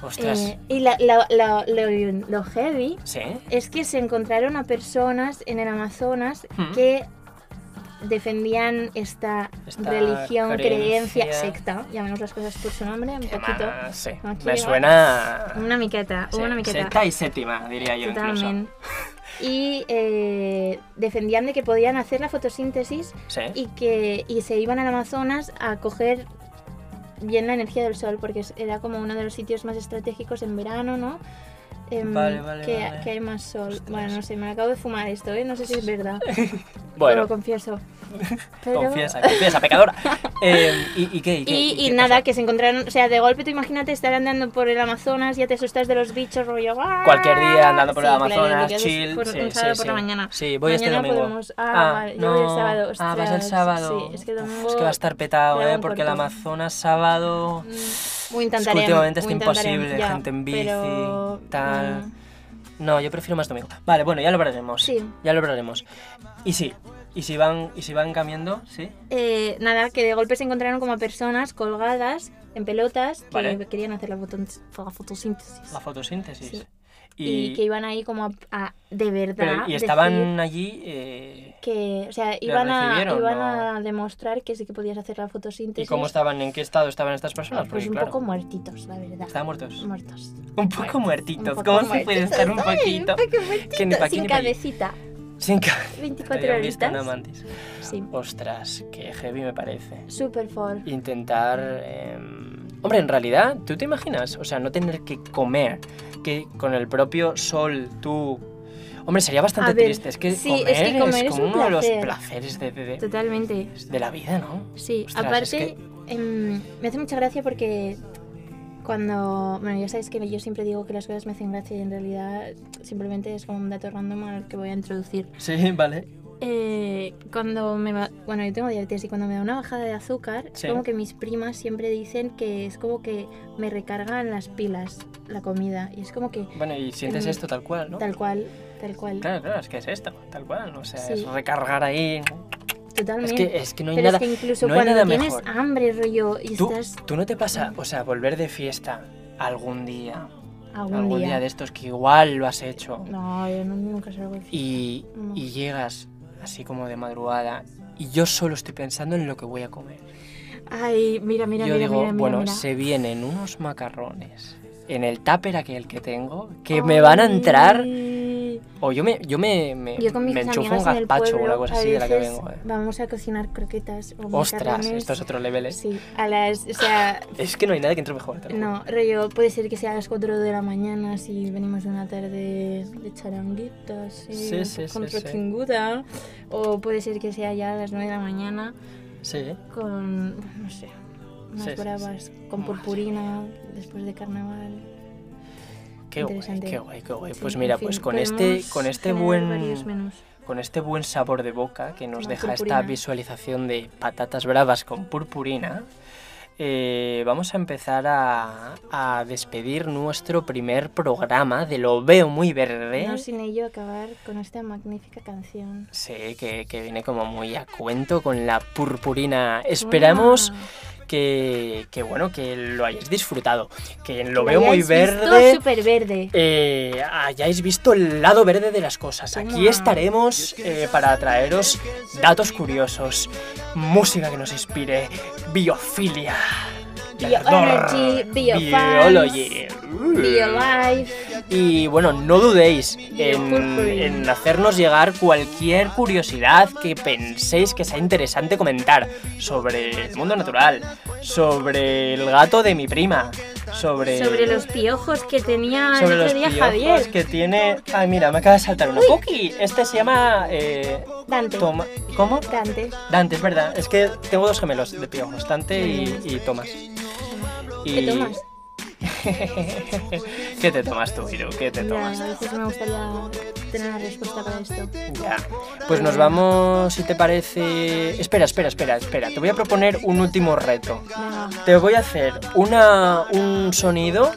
Speaker 2: ya. Ostras.
Speaker 1: eh, y la, la- la- lo, lo heavy
Speaker 2: ¿Sí?
Speaker 1: es que se encontraron a personas en el Amazonas
Speaker 2: Mm.
Speaker 1: que defendían esta,
Speaker 2: Esta
Speaker 1: religión, creencia,
Speaker 2: creencia.
Speaker 1: secta, llamemos las cosas por su nombre, un
Speaker 2: Qué
Speaker 1: poquito.
Speaker 2: más, sí.
Speaker 1: Aquí
Speaker 2: Me
Speaker 1: va.
Speaker 2: suena...
Speaker 1: Una miqueta,
Speaker 2: sí,
Speaker 1: una miqueta.
Speaker 2: Sexta y séptima, diría yo
Speaker 1: Tú
Speaker 2: incluso.
Speaker 1: también. Y eh, defendían de que podían hacer la fotosíntesis
Speaker 2: Sí.
Speaker 1: y que y se iban al Amazonas a coger bien la energía del sol, porque es- era como uno de los sitios más estratégicos en verano, ¿no? Em,
Speaker 2: Vale, vale,
Speaker 1: que,
Speaker 2: vale.
Speaker 1: que hay más sol.
Speaker 2: Ostras.
Speaker 1: Bueno, no sé, me acabo de fumar esto, ¿eh? No sé si es verdad.
Speaker 2: Bueno,
Speaker 1: Lo confieso. Pero-
Speaker 2: confiesa, confiesa, pecadora. Eh, ¿y, ¿Y qué? ¿Y, qué,
Speaker 1: Y,
Speaker 2: ¿Y
Speaker 1: y
Speaker 2: qué
Speaker 1: nada,
Speaker 2: pasó?
Speaker 1: que se encontraron, o sea, de golpe tú imagínate estar andando por el Amazonas, ya te asustas de los bichos, rollo. ¡ah!
Speaker 2: Cualquier día andando por el
Speaker 1: Sí, claro,
Speaker 2: Amazonas,
Speaker 1: te quedas
Speaker 2: chill.
Speaker 1: por-
Speaker 2: sí,
Speaker 1: un sábado
Speaker 2: sí,
Speaker 1: por la
Speaker 2: sí.
Speaker 1: mañana.
Speaker 2: Sí, voy
Speaker 1: mañana
Speaker 2: este domingo.
Speaker 1: podemos- ah, vale, yo voy el sábado,
Speaker 2: Ah, vas el
Speaker 1: ostras,
Speaker 2: sábado.
Speaker 1: sí, es que
Speaker 2: Uf,
Speaker 1: domingo
Speaker 2: que va a estar petado,
Speaker 1: queda
Speaker 2: ¿eh?
Speaker 1: un
Speaker 2: Porque el
Speaker 1: corto.
Speaker 2: Amazonas sábado.
Speaker 1: Mm, Muy
Speaker 2: que
Speaker 1: intentaré.
Speaker 2: últimamente está imposible, gente en bici, tal. No, yo prefiero más domingo. Vale, bueno, ya lo hablaremos.
Speaker 1: mm, Sí.
Speaker 2: Ya lo hablaremos. Y sí, y si van, y si van cambiando, sí.
Speaker 1: Eh, nada, que de golpe se encontraron como a personas colgadas en pelotas que
Speaker 2: Vale.
Speaker 1: querían hacer la, fotos- la fotosíntesis.
Speaker 2: La fotosíntesis.
Speaker 1: Sí.
Speaker 2: Y,
Speaker 1: Y que iban ahí como a, a- de verdad.
Speaker 2: pero- y
Speaker 1: decir
Speaker 2: estaban allí. eh,
Speaker 1: Que, o sea, iban, a,
Speaker 2: recibieron,
Speaker 1: iban
Speaker 2: no?
Speaker 1: a demostrar que sí que podías hacer la fotosíntesis.
Speaker 2: ¿Y cómo estaban? ¿En qué estado estaban estas personas?
Speaker 1: Pues
Speaker 2: Porque,
Speaker 1: un
Speaker 2: claro,
Speaker 1: poco muertitos, la verdad.
Speaker 2: estaban muertos.
Speaker 1: Muertos.
Speaker 2: Un poco muertitos.
Speaker 1: Un poco
Speaker 2: ¿Cómo se puede
Speaker 1: muertitos,
Speaker 2: estar un
Speaker 1: ay,
Speaker 2: poquito?
Speaker 1: un poco muertitos,
Speaker 2: Que ni pa' aquí
Speaker 1: sin
Speaker 2: ni pa' allí.
Speaker 1: cabecita.
Speaker 2: Sin ca-
Speaker 1: 24
Speaker 2: Habían visto una
Speaker 1: horitas.
Speaker 2: mantis.
Speaker 1: Sí.
Speaker 2: Ostras, qué heavy me parece.
Speaker 1: Super for.
Speaker 2: Intentar. em, Hombre, en realidad, ¿tú te imaginas? O sea, no tener que comer, que con el propio sol tú. Hombre, sería bastante
Speaker 1: A ver,
Speaker 2: triste. Es que,
Speaker 1: sí,
Speaker 2: comer,
Speaker 1: es que comer es
Speaker 2: como
Speaker 1: un
Speaker 2: uno de los
Speaker 1: placer.
Speaker 2: placeres de, de- de-
Speaker 1: Totalmente.
Speaker 2: de la vida, ¿no?
Speaker 1: Sí,
Speaker 2: Ostras, es
Speaker 1: aparte
Speaker 2: que-
Speaker 1: em, me hace mucha gracia porque cuando, bueno, ya sabéis que yo siempre digo que las cosas me hacen gracia y en realidad simplemente es como un dato random al que voy a introducir.
Speaker 2: Sí, vale.
Speaker 1: Eh, cuando me va, bueno, yo tengo diabetes y cuando me da una bajada de azúcar, es
Speaker 2: Sí.
Speaker 1: como que mis primas siempre dicen que es como que me recargan las pilas la comida y es como que
Speaker 2: Bueno, y sientes
Speaker 1: Mm,
Speaker 2: esto tal cual, ¿no?
Speaker 1: tal cual, tal cual,
Speaker 2: Claro, claro, es que es esto, tal cual. O sea, es
Speaker 1: Sí.
Speaker 2: recargar ahí. Es
Speaker 1: totalmente.
Speaker 2: que, es que no hay
Speaker 1: Pero
Speaker 2: nada.
Speaker 1: es que incluso
Speaker 2: no hay
Speaker 1: cuando
Speaker 2: nada
Speaker 1: tienes
Speaker 2: mejor.
Speaker 1: hambre, rollo, y
Speaker 2: ¿Tú,
Speaker 1: estás
Speaker 2: tú no te pasa, o sea, volver de fiesta algún día,
Speaker 1: algún,
Speaker 2: algún día. de estos que igual lo has hecho,
Speaker 1: No, Mm. yo no- nunca salgo de
Speaker 2: y,
Speaker 1: No.
Speaker 2: y llegas así como de madrugada, y yo solo estoy pensando en lo que voy a comer.
Speaker 1: Ay, mira, mira,
Speaker 2: yo
Speaker 1: mira,
Speaker 2: digo,
Speaker 1: mira, mira,
Speaker 2: bueno,
Speaker 1: mira.
Speaker 2: se vienen unos macarrones en el tupper aquel que tengo, que
Speaker 1: Ay.
Speaker 2: me van a entrar, o yo me, yo me, me,
Speaker 1: Yo con mis
Speaker 2: me enchufo un
Speaker 1: amigas en el
Speaker 2: gazpacho o
Speaker 1: pueblo,
Speaker 2: una cosa
Speaker 1: a
Speaker 2: así de la que
Speaker 1: veces
Speaker 2: vengo. eh.
Speaker 1: Vamos a cocinar croquetas o
Speaker 2: Ostras,
Speaker 1: macarrones.
Speaker 2: esto es otro level, eh.
Speaker 1: Sí, a las, o sea,
Speaker 2: Es que no hay nada que entre mejor. te lo juro.
Speaker 1: no, rollo, puede ser que sea a las 4 de la mañana si venimos de una tarde de charanguitas sí,
Speaker 2: Sí, sí,
Speaker 1: con
Speaker 2: sí, sí.
Speaker 1: rochinguda, o puede ser que sea ya a las 9 de la mañana
Speaker 2: Sí. eh.
Speaker 1: con, no sé, unas
Speaker 2: Sí, sí, sí.
Speaker 1: bravas, con
Speaker 2: Madre.
Speaker 1: purpurina después de carnaval.
Speaker 2: Qué guay,
Speaker 1: Interesante.
Speaker 2: qué guay, qué guay.
Speaker 1: Sí,
Speaker 2: Pues mira,
Speaker 1: en fin,
Speaker 2: pues con este,
Speaker 1: podemos
Speaker 2: con este
Speaker 1: generar
Speaker 2: buen
Speaker 1: varios menús.
Speaker 2: con este buen sabor de boca que nos
Speaker 1: Con
Speaker 2: deja esta
Speaker 1: purpurina.
Speaker 2: visualización de patatas bravas con purpurina, eh, vamos a empezar a, a despedir nuestro primer programa de Lo Veo Muy Verde.
Speaker 1: No sin ello acabar con esta magnífica canción.
Speaker 2: Sí, que, que viene como muy a cuento con la purpurina. Esperamos que, que, bueno, que lo hayáis disfrutado. Que en Lo Veo Muy Verde...
Speaker 1: Súper verde.
Speaker 2: eh, hayáis visto el lado verde de las cosas. Aquí
Speaker 1: Toma.
Speaker 2: estaremos eh, para traeros datos curiosos, música que nos inspire, biofilia,
Speaker 1: Bioenergy,
Speaker 2: ardor,
Speaker 1: biofans,
Speaker 2: biology.
Speaker 1: BioLife.
Speaker 2: Y bueno, no dudéis en,
Speaker 1: Biopurpurina.
Speaker 2: en hacernos llegar cualquier curiosidad que penséis que sea interesante comentar sobre el mundo natural, sobre el gato de mi prima, sobre,
Speaker 1: Sobre los piojos que tenía
Speaker 2: sobre
Speaker 1: Ah, el
Speaker 2: los
Speaker 1: otro día
Speaker 2: piojos
Speaker 1: Javier.
Speaker 2: que tiene... Ay, mira, me acaba de saltar una cookie. Este se llama... eh,
Speaker 1: Dante.
Speaker 2: Toma... ¿Cómo?
Speaker 1: Dante.
Speaker 2: Dante, es verdad. Es que tengo dos gemelos de piojos, Dante y, y Tomás. Y...
Speaker 1: ¿Qué tomas?
Speaker 2: ¿Qué te tomas tú, Iru? ¿Qué te
Speaker 1: Ya,
Speaker 2: tomas?
Speaker 1: a veces me gustaría tener la respuesta para esto.
Speaker 2: Ya. Pues nos vamos, si te parece... Espera, espera, espera, espera. Te voy a proponer un último reto.
Speaker 1: Venga,
Speaker 2: Te voy a hacer una, un sonido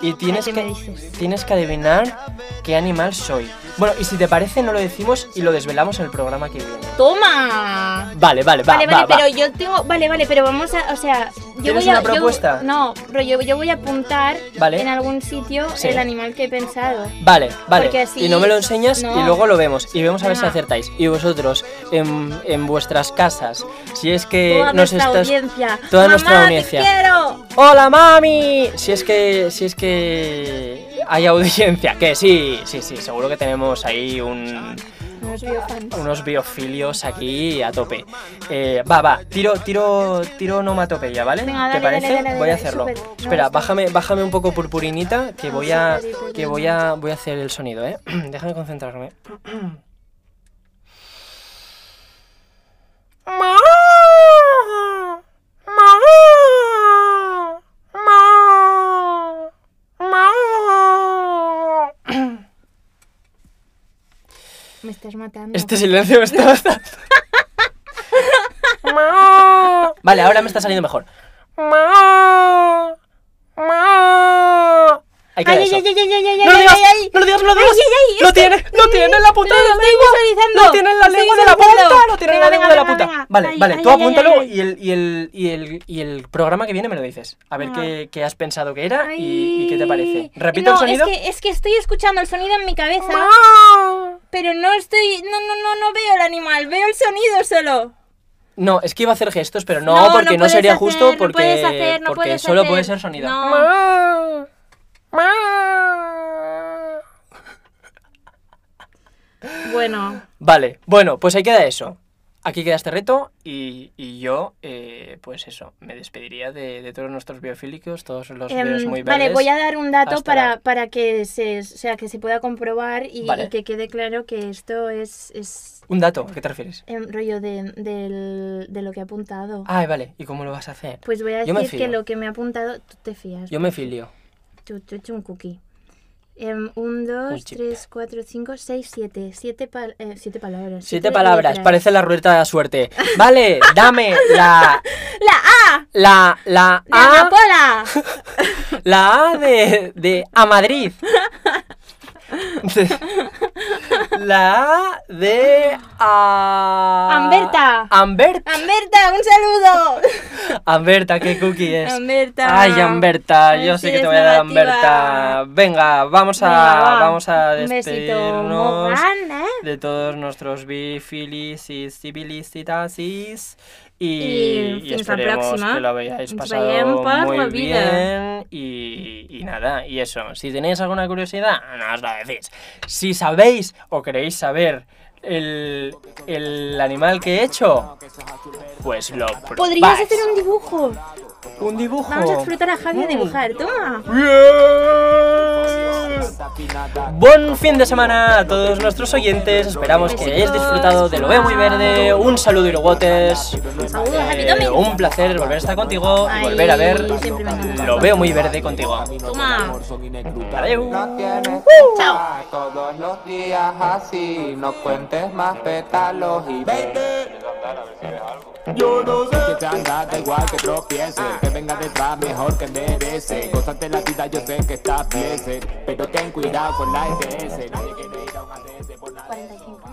Speaker 2: y tienes
Speaker 1: ¿qué me
Speaker 2: que,
Speaker 1: dices?
Speaker 2: tienes que adivinar qué animal soy. Bueno, y si te parece, no lo decimos y lo desvelamos en el programa que viene.
Speaker 1: ¡Toma!
Speaker 2: Vale, vale, va,
Speaker 1: vale,
Speaker 2: va,
Speaker 1: vale,
Speaker 2: va.
Speaker 1: pero yo tengo. Vale, vale, pero vamos a. O sea, yo
Speaker 2: ¿Tienes
Speaker 1: voy a.
Speaker 2: una
Speaker 1: yo-
Speaker 2: propuesta?
Speaker 1: no, pero yo, yo voy a apuntar
Speaker 2: Vale.
Speaker 1: en algún sitio
Speaker 2: Sí.
Speaker 1: el animal que he pensado.
Speaker 2: Vale, vale.
Speaker 1: Porque así-
Speaker 2: Y no me lo enseñas
Speaker 1: no.
Speaker 2: y luego lo vemos. Y vemos a ver si
Speaker 1: Venga.
Speaker 2: acertáis. Y vosotros, en, en vuestras casas, si es que
Speaker 1: toda
Speaker 2: Eh, nos
Speaker 1: nuestra
Speaker 2: estás...
Speaker 1: audiencia.
Speaker 2: toda
Speaker 1: ¡Mamá,
Speaker 2: nuestra audiencia.
Speaker 1: ¡Te quiero!
Speaker 2: ¡Hola, mami! Si es que. Si es que. Hay audiencia, que sí, sí, sí, seguro que tenemos ahí un-
Speaker 1: Unos biofans.
Speaker 2: unos biofilios aquí a tope. Eh, va, va, tiro, tiro, tiro onomatopeya, ¿vale?
Speaker 1: Venga, dale,
Speaker 2: ¿Te parece?
Speaker 1: dale, dale,
Speaker 2: voy a
Speaker 1: dale,
Speaker 2: hacerlo.
Speaker 1: súper, me
Speaker 2: Espera,
Speaker 1: gusta.
Speaker 2: bájame, bájame un poco purpurinita, que voy a,
Speaker 1: súper, hiper,
Speaker 2: que voy a, voy a hacer el sonido, ¿eh? Déjame concentrarme.
Speaker 3: Mau. Mau. Mau. Mau.
Speaker 1: Me estás matando.
Speaker 2: Este silencio me está bastante.
Speaker 3: Mau.
Speaker 2: Vale, ahora me está saliendo mejor.
Speaker 3: Mau. Mau.
Speaker 2: Hay que
Speaker 1: ay, ay, ay, ay, ay, ay,
Speaker 2: no lo
Speaker 1: ay,
Speaker 2: digas,
Speaker 1: ay, ay.
Speaker 2: no lo digas, no lo digas.
Speaker 1: ay, ay,
Speaker 2: lo
Speaker 1: este-
Speaker 2: tiene, lo tiene en la punta de
Speaker 1: lo
Speaker 2: la
Speaker 1: estoy
Speaker 2: lengua.
Speaker 1: visualizando,
Speaker 2: Lo tiene en la
Speaker 1: lo estoy
Speaker 2: lengua de la punta,
Speaker 1: visualizando.
Speaker 2: lo tiene en la
Speaker 1: Venga,
Speaker 2: lengua de la
Speaker 1: venga,
Speaker 2: punta.
Speaker 1: venga,
Speaker 2: Vale,
Speaker 1: ay,
Speaker 2: vale,
Speaker 1: ay,
Speaker 2: tú
Speaker 1: ay,
Speaker 2: apúntalo
Speaker 1: ay, ay.
Speaker 2: y el, y, el, y, el, y el programa que viene me lo dices. A ver
Speaker 1: Ah.
Speaker 2: qué, qué has pensado que era y, y qué te parece.
Speaker 1: Ay.
Speaker 2: ¿Repito
Speaker 1: No,
Speaker 2: el sonido?
Speaker 1: Es que, es que estoy escuchando el sonido en mi cabeza,
Speaker 2: Ah.
Speaker 3: Mau.
Speaker 1: pero no estoy. No, no, no, no veo el animal, veo el sonido solo.
Speaker 2: No, es que iba a hacer gestos, pero no,
Speaker 1: No, no
Speaker 2: porque no,
Speaker 1: puedes
Speaker 2: sería
Speaker 1: hacer,
Speaker 2: justo
Speaker 1: no
Speaker 2: porque,
Speaker 1: puedes hacer, no
Speaker 2: porque
Speaker 1: puedes
Speaker 2: solo
Speaker 1: hacer.
Speaker 2: puede ser sonido. Ah.
Speaker 1: No.
Speaker 3: Mau. Mau.
Speaker 1: Bueno,
Speaker 2: Vale, bueno, pues ahí queda eso. Aquí queda este reto y, y yo, eh, pues eso, me despediría de, de todos nuestros biofílicos, todos los
Speaker 1: em,
Speaker 2: bios muy verdes.
Speaker 1: vale, voy a dar un dato
Speaker 2: hasta
Speaker 1: para,
Speaker 2: la-
Speaker 1: para que se, o sea, que se pueda comprobar y,
Speaker 2: Vale.
Speaker 1: y que quede claro que esto es, es
Speaker 2: Un dato, ¿a qué te refieres?
Speaker 1: em, rollo de, del- de lo que he apuntado.
Speaker 2: Ay, vale, ¿y cómo lo vas a hacer?
Speaker 1: Pues voy a
Speaker 2: Ah, yo me
Speaker 1: decir que
Speaker 2: fío.
Speaker 1: lo que me ha apuntado, tú te fías.
Speaker 2: Yo me filio.
Speaker 1: Tú, tú, tú, un cookie. Em, un, dos,
Speaker 2: chip.
Speaker 1: tres, cuatro, cinco, seis, siete. Siete, pal- eh, siete palabras.
Speaker 2: Siete palabras,
Speaker 1: letras.
Speaker 2: parece la ruleta de la suerte. Vale, dame la,
Speaker 1: ¡La A!
Speaker 2: la, la
Speaker 1: ¡De
Speaker 2: A,
Speaker 1: Amapola!
Speaker 2: la A de, de a Madrid. De- la A de a...
Speaker 1: Amberta.
Speaker 2: Amberta.
Speaker 1: ¡Amberta, un saludo!
Speaker 2: Amberta, qué cookie es.
Speaker 1: Amberta.
Speaker 2: Ay, Amberta, yo
Speaker 1: Así
Speaker 2: sé que te
Speaker 1: Pues es,
Speaker 2: voy a dar
Speaker 1: negativa.
Speaker 2: Amberta. Venga, vamos a,
Speaker 1: Venga, va.
Speaker 2: vamos a
Speaker 1: Un besito.
Speaker 2: despedirnos.
Speaker 1: Morgan, ¿eh?
Speaker 2: de todos nuestros bifilis y civilistitasis. Y,
Speaker 1: Y
Speaker 2: y
Speaker 1: hasta la
Speaker 2: esperemos
Speaker 1: próxima.
Speaker 2: que lo hayáis
Speaker 1: Nos
Speaker 2: pasado
Speaker 1: veiem per la
Speaker 2: muy
Speaker 1: vida.
Speaker 2: bien. Y, y nada, y eso. Si tenéis alguna curiosidad, nos la decís. Si sabéis o queréis saber el, el animal que he hecho, pues lo probáis.
Speaker 1: Podrías hacer un dibujo.
Speaker 2: un dibujo.
Speaker 1: Vamos a disfrutar a Javi a dibujar. Toma.
Speaker 2: Buen fin de semana a todos nuestros oyentes. Esperamos que hayáis disfrutado de Lo Veo Muy Verde. Un saludo, Irogotes.
Speaker 1: Saludos, Happy
Speaker 2: Eh,
Speaker 1: Domingo.
Speaker 2: un placer volver a estar contigo y
Speaker 1: Ay,
Speaker 2: volver a ver
Speaker 1: siempre me encanta.
Speaker 2: Lo Veo Muy Verde contigo.
Speaker 1: Toma.
Speaker 2: Adeu.
Speaker 5: No tienes
Speaker 1: Chao.
Speaker 5: todos los días así, no cuentes más pétalos y vete. andar a ver si ves algo.
Speaker 6: Yo no sé. Que te andas, da igual que tropieces. Que venga detrás, mejor que enderece. Cosas de la vida yo sé E que estás blessed. Pero ten cuidado con la ETS. Nadie quiere ir a un ADS por la
Speaker 1: 45.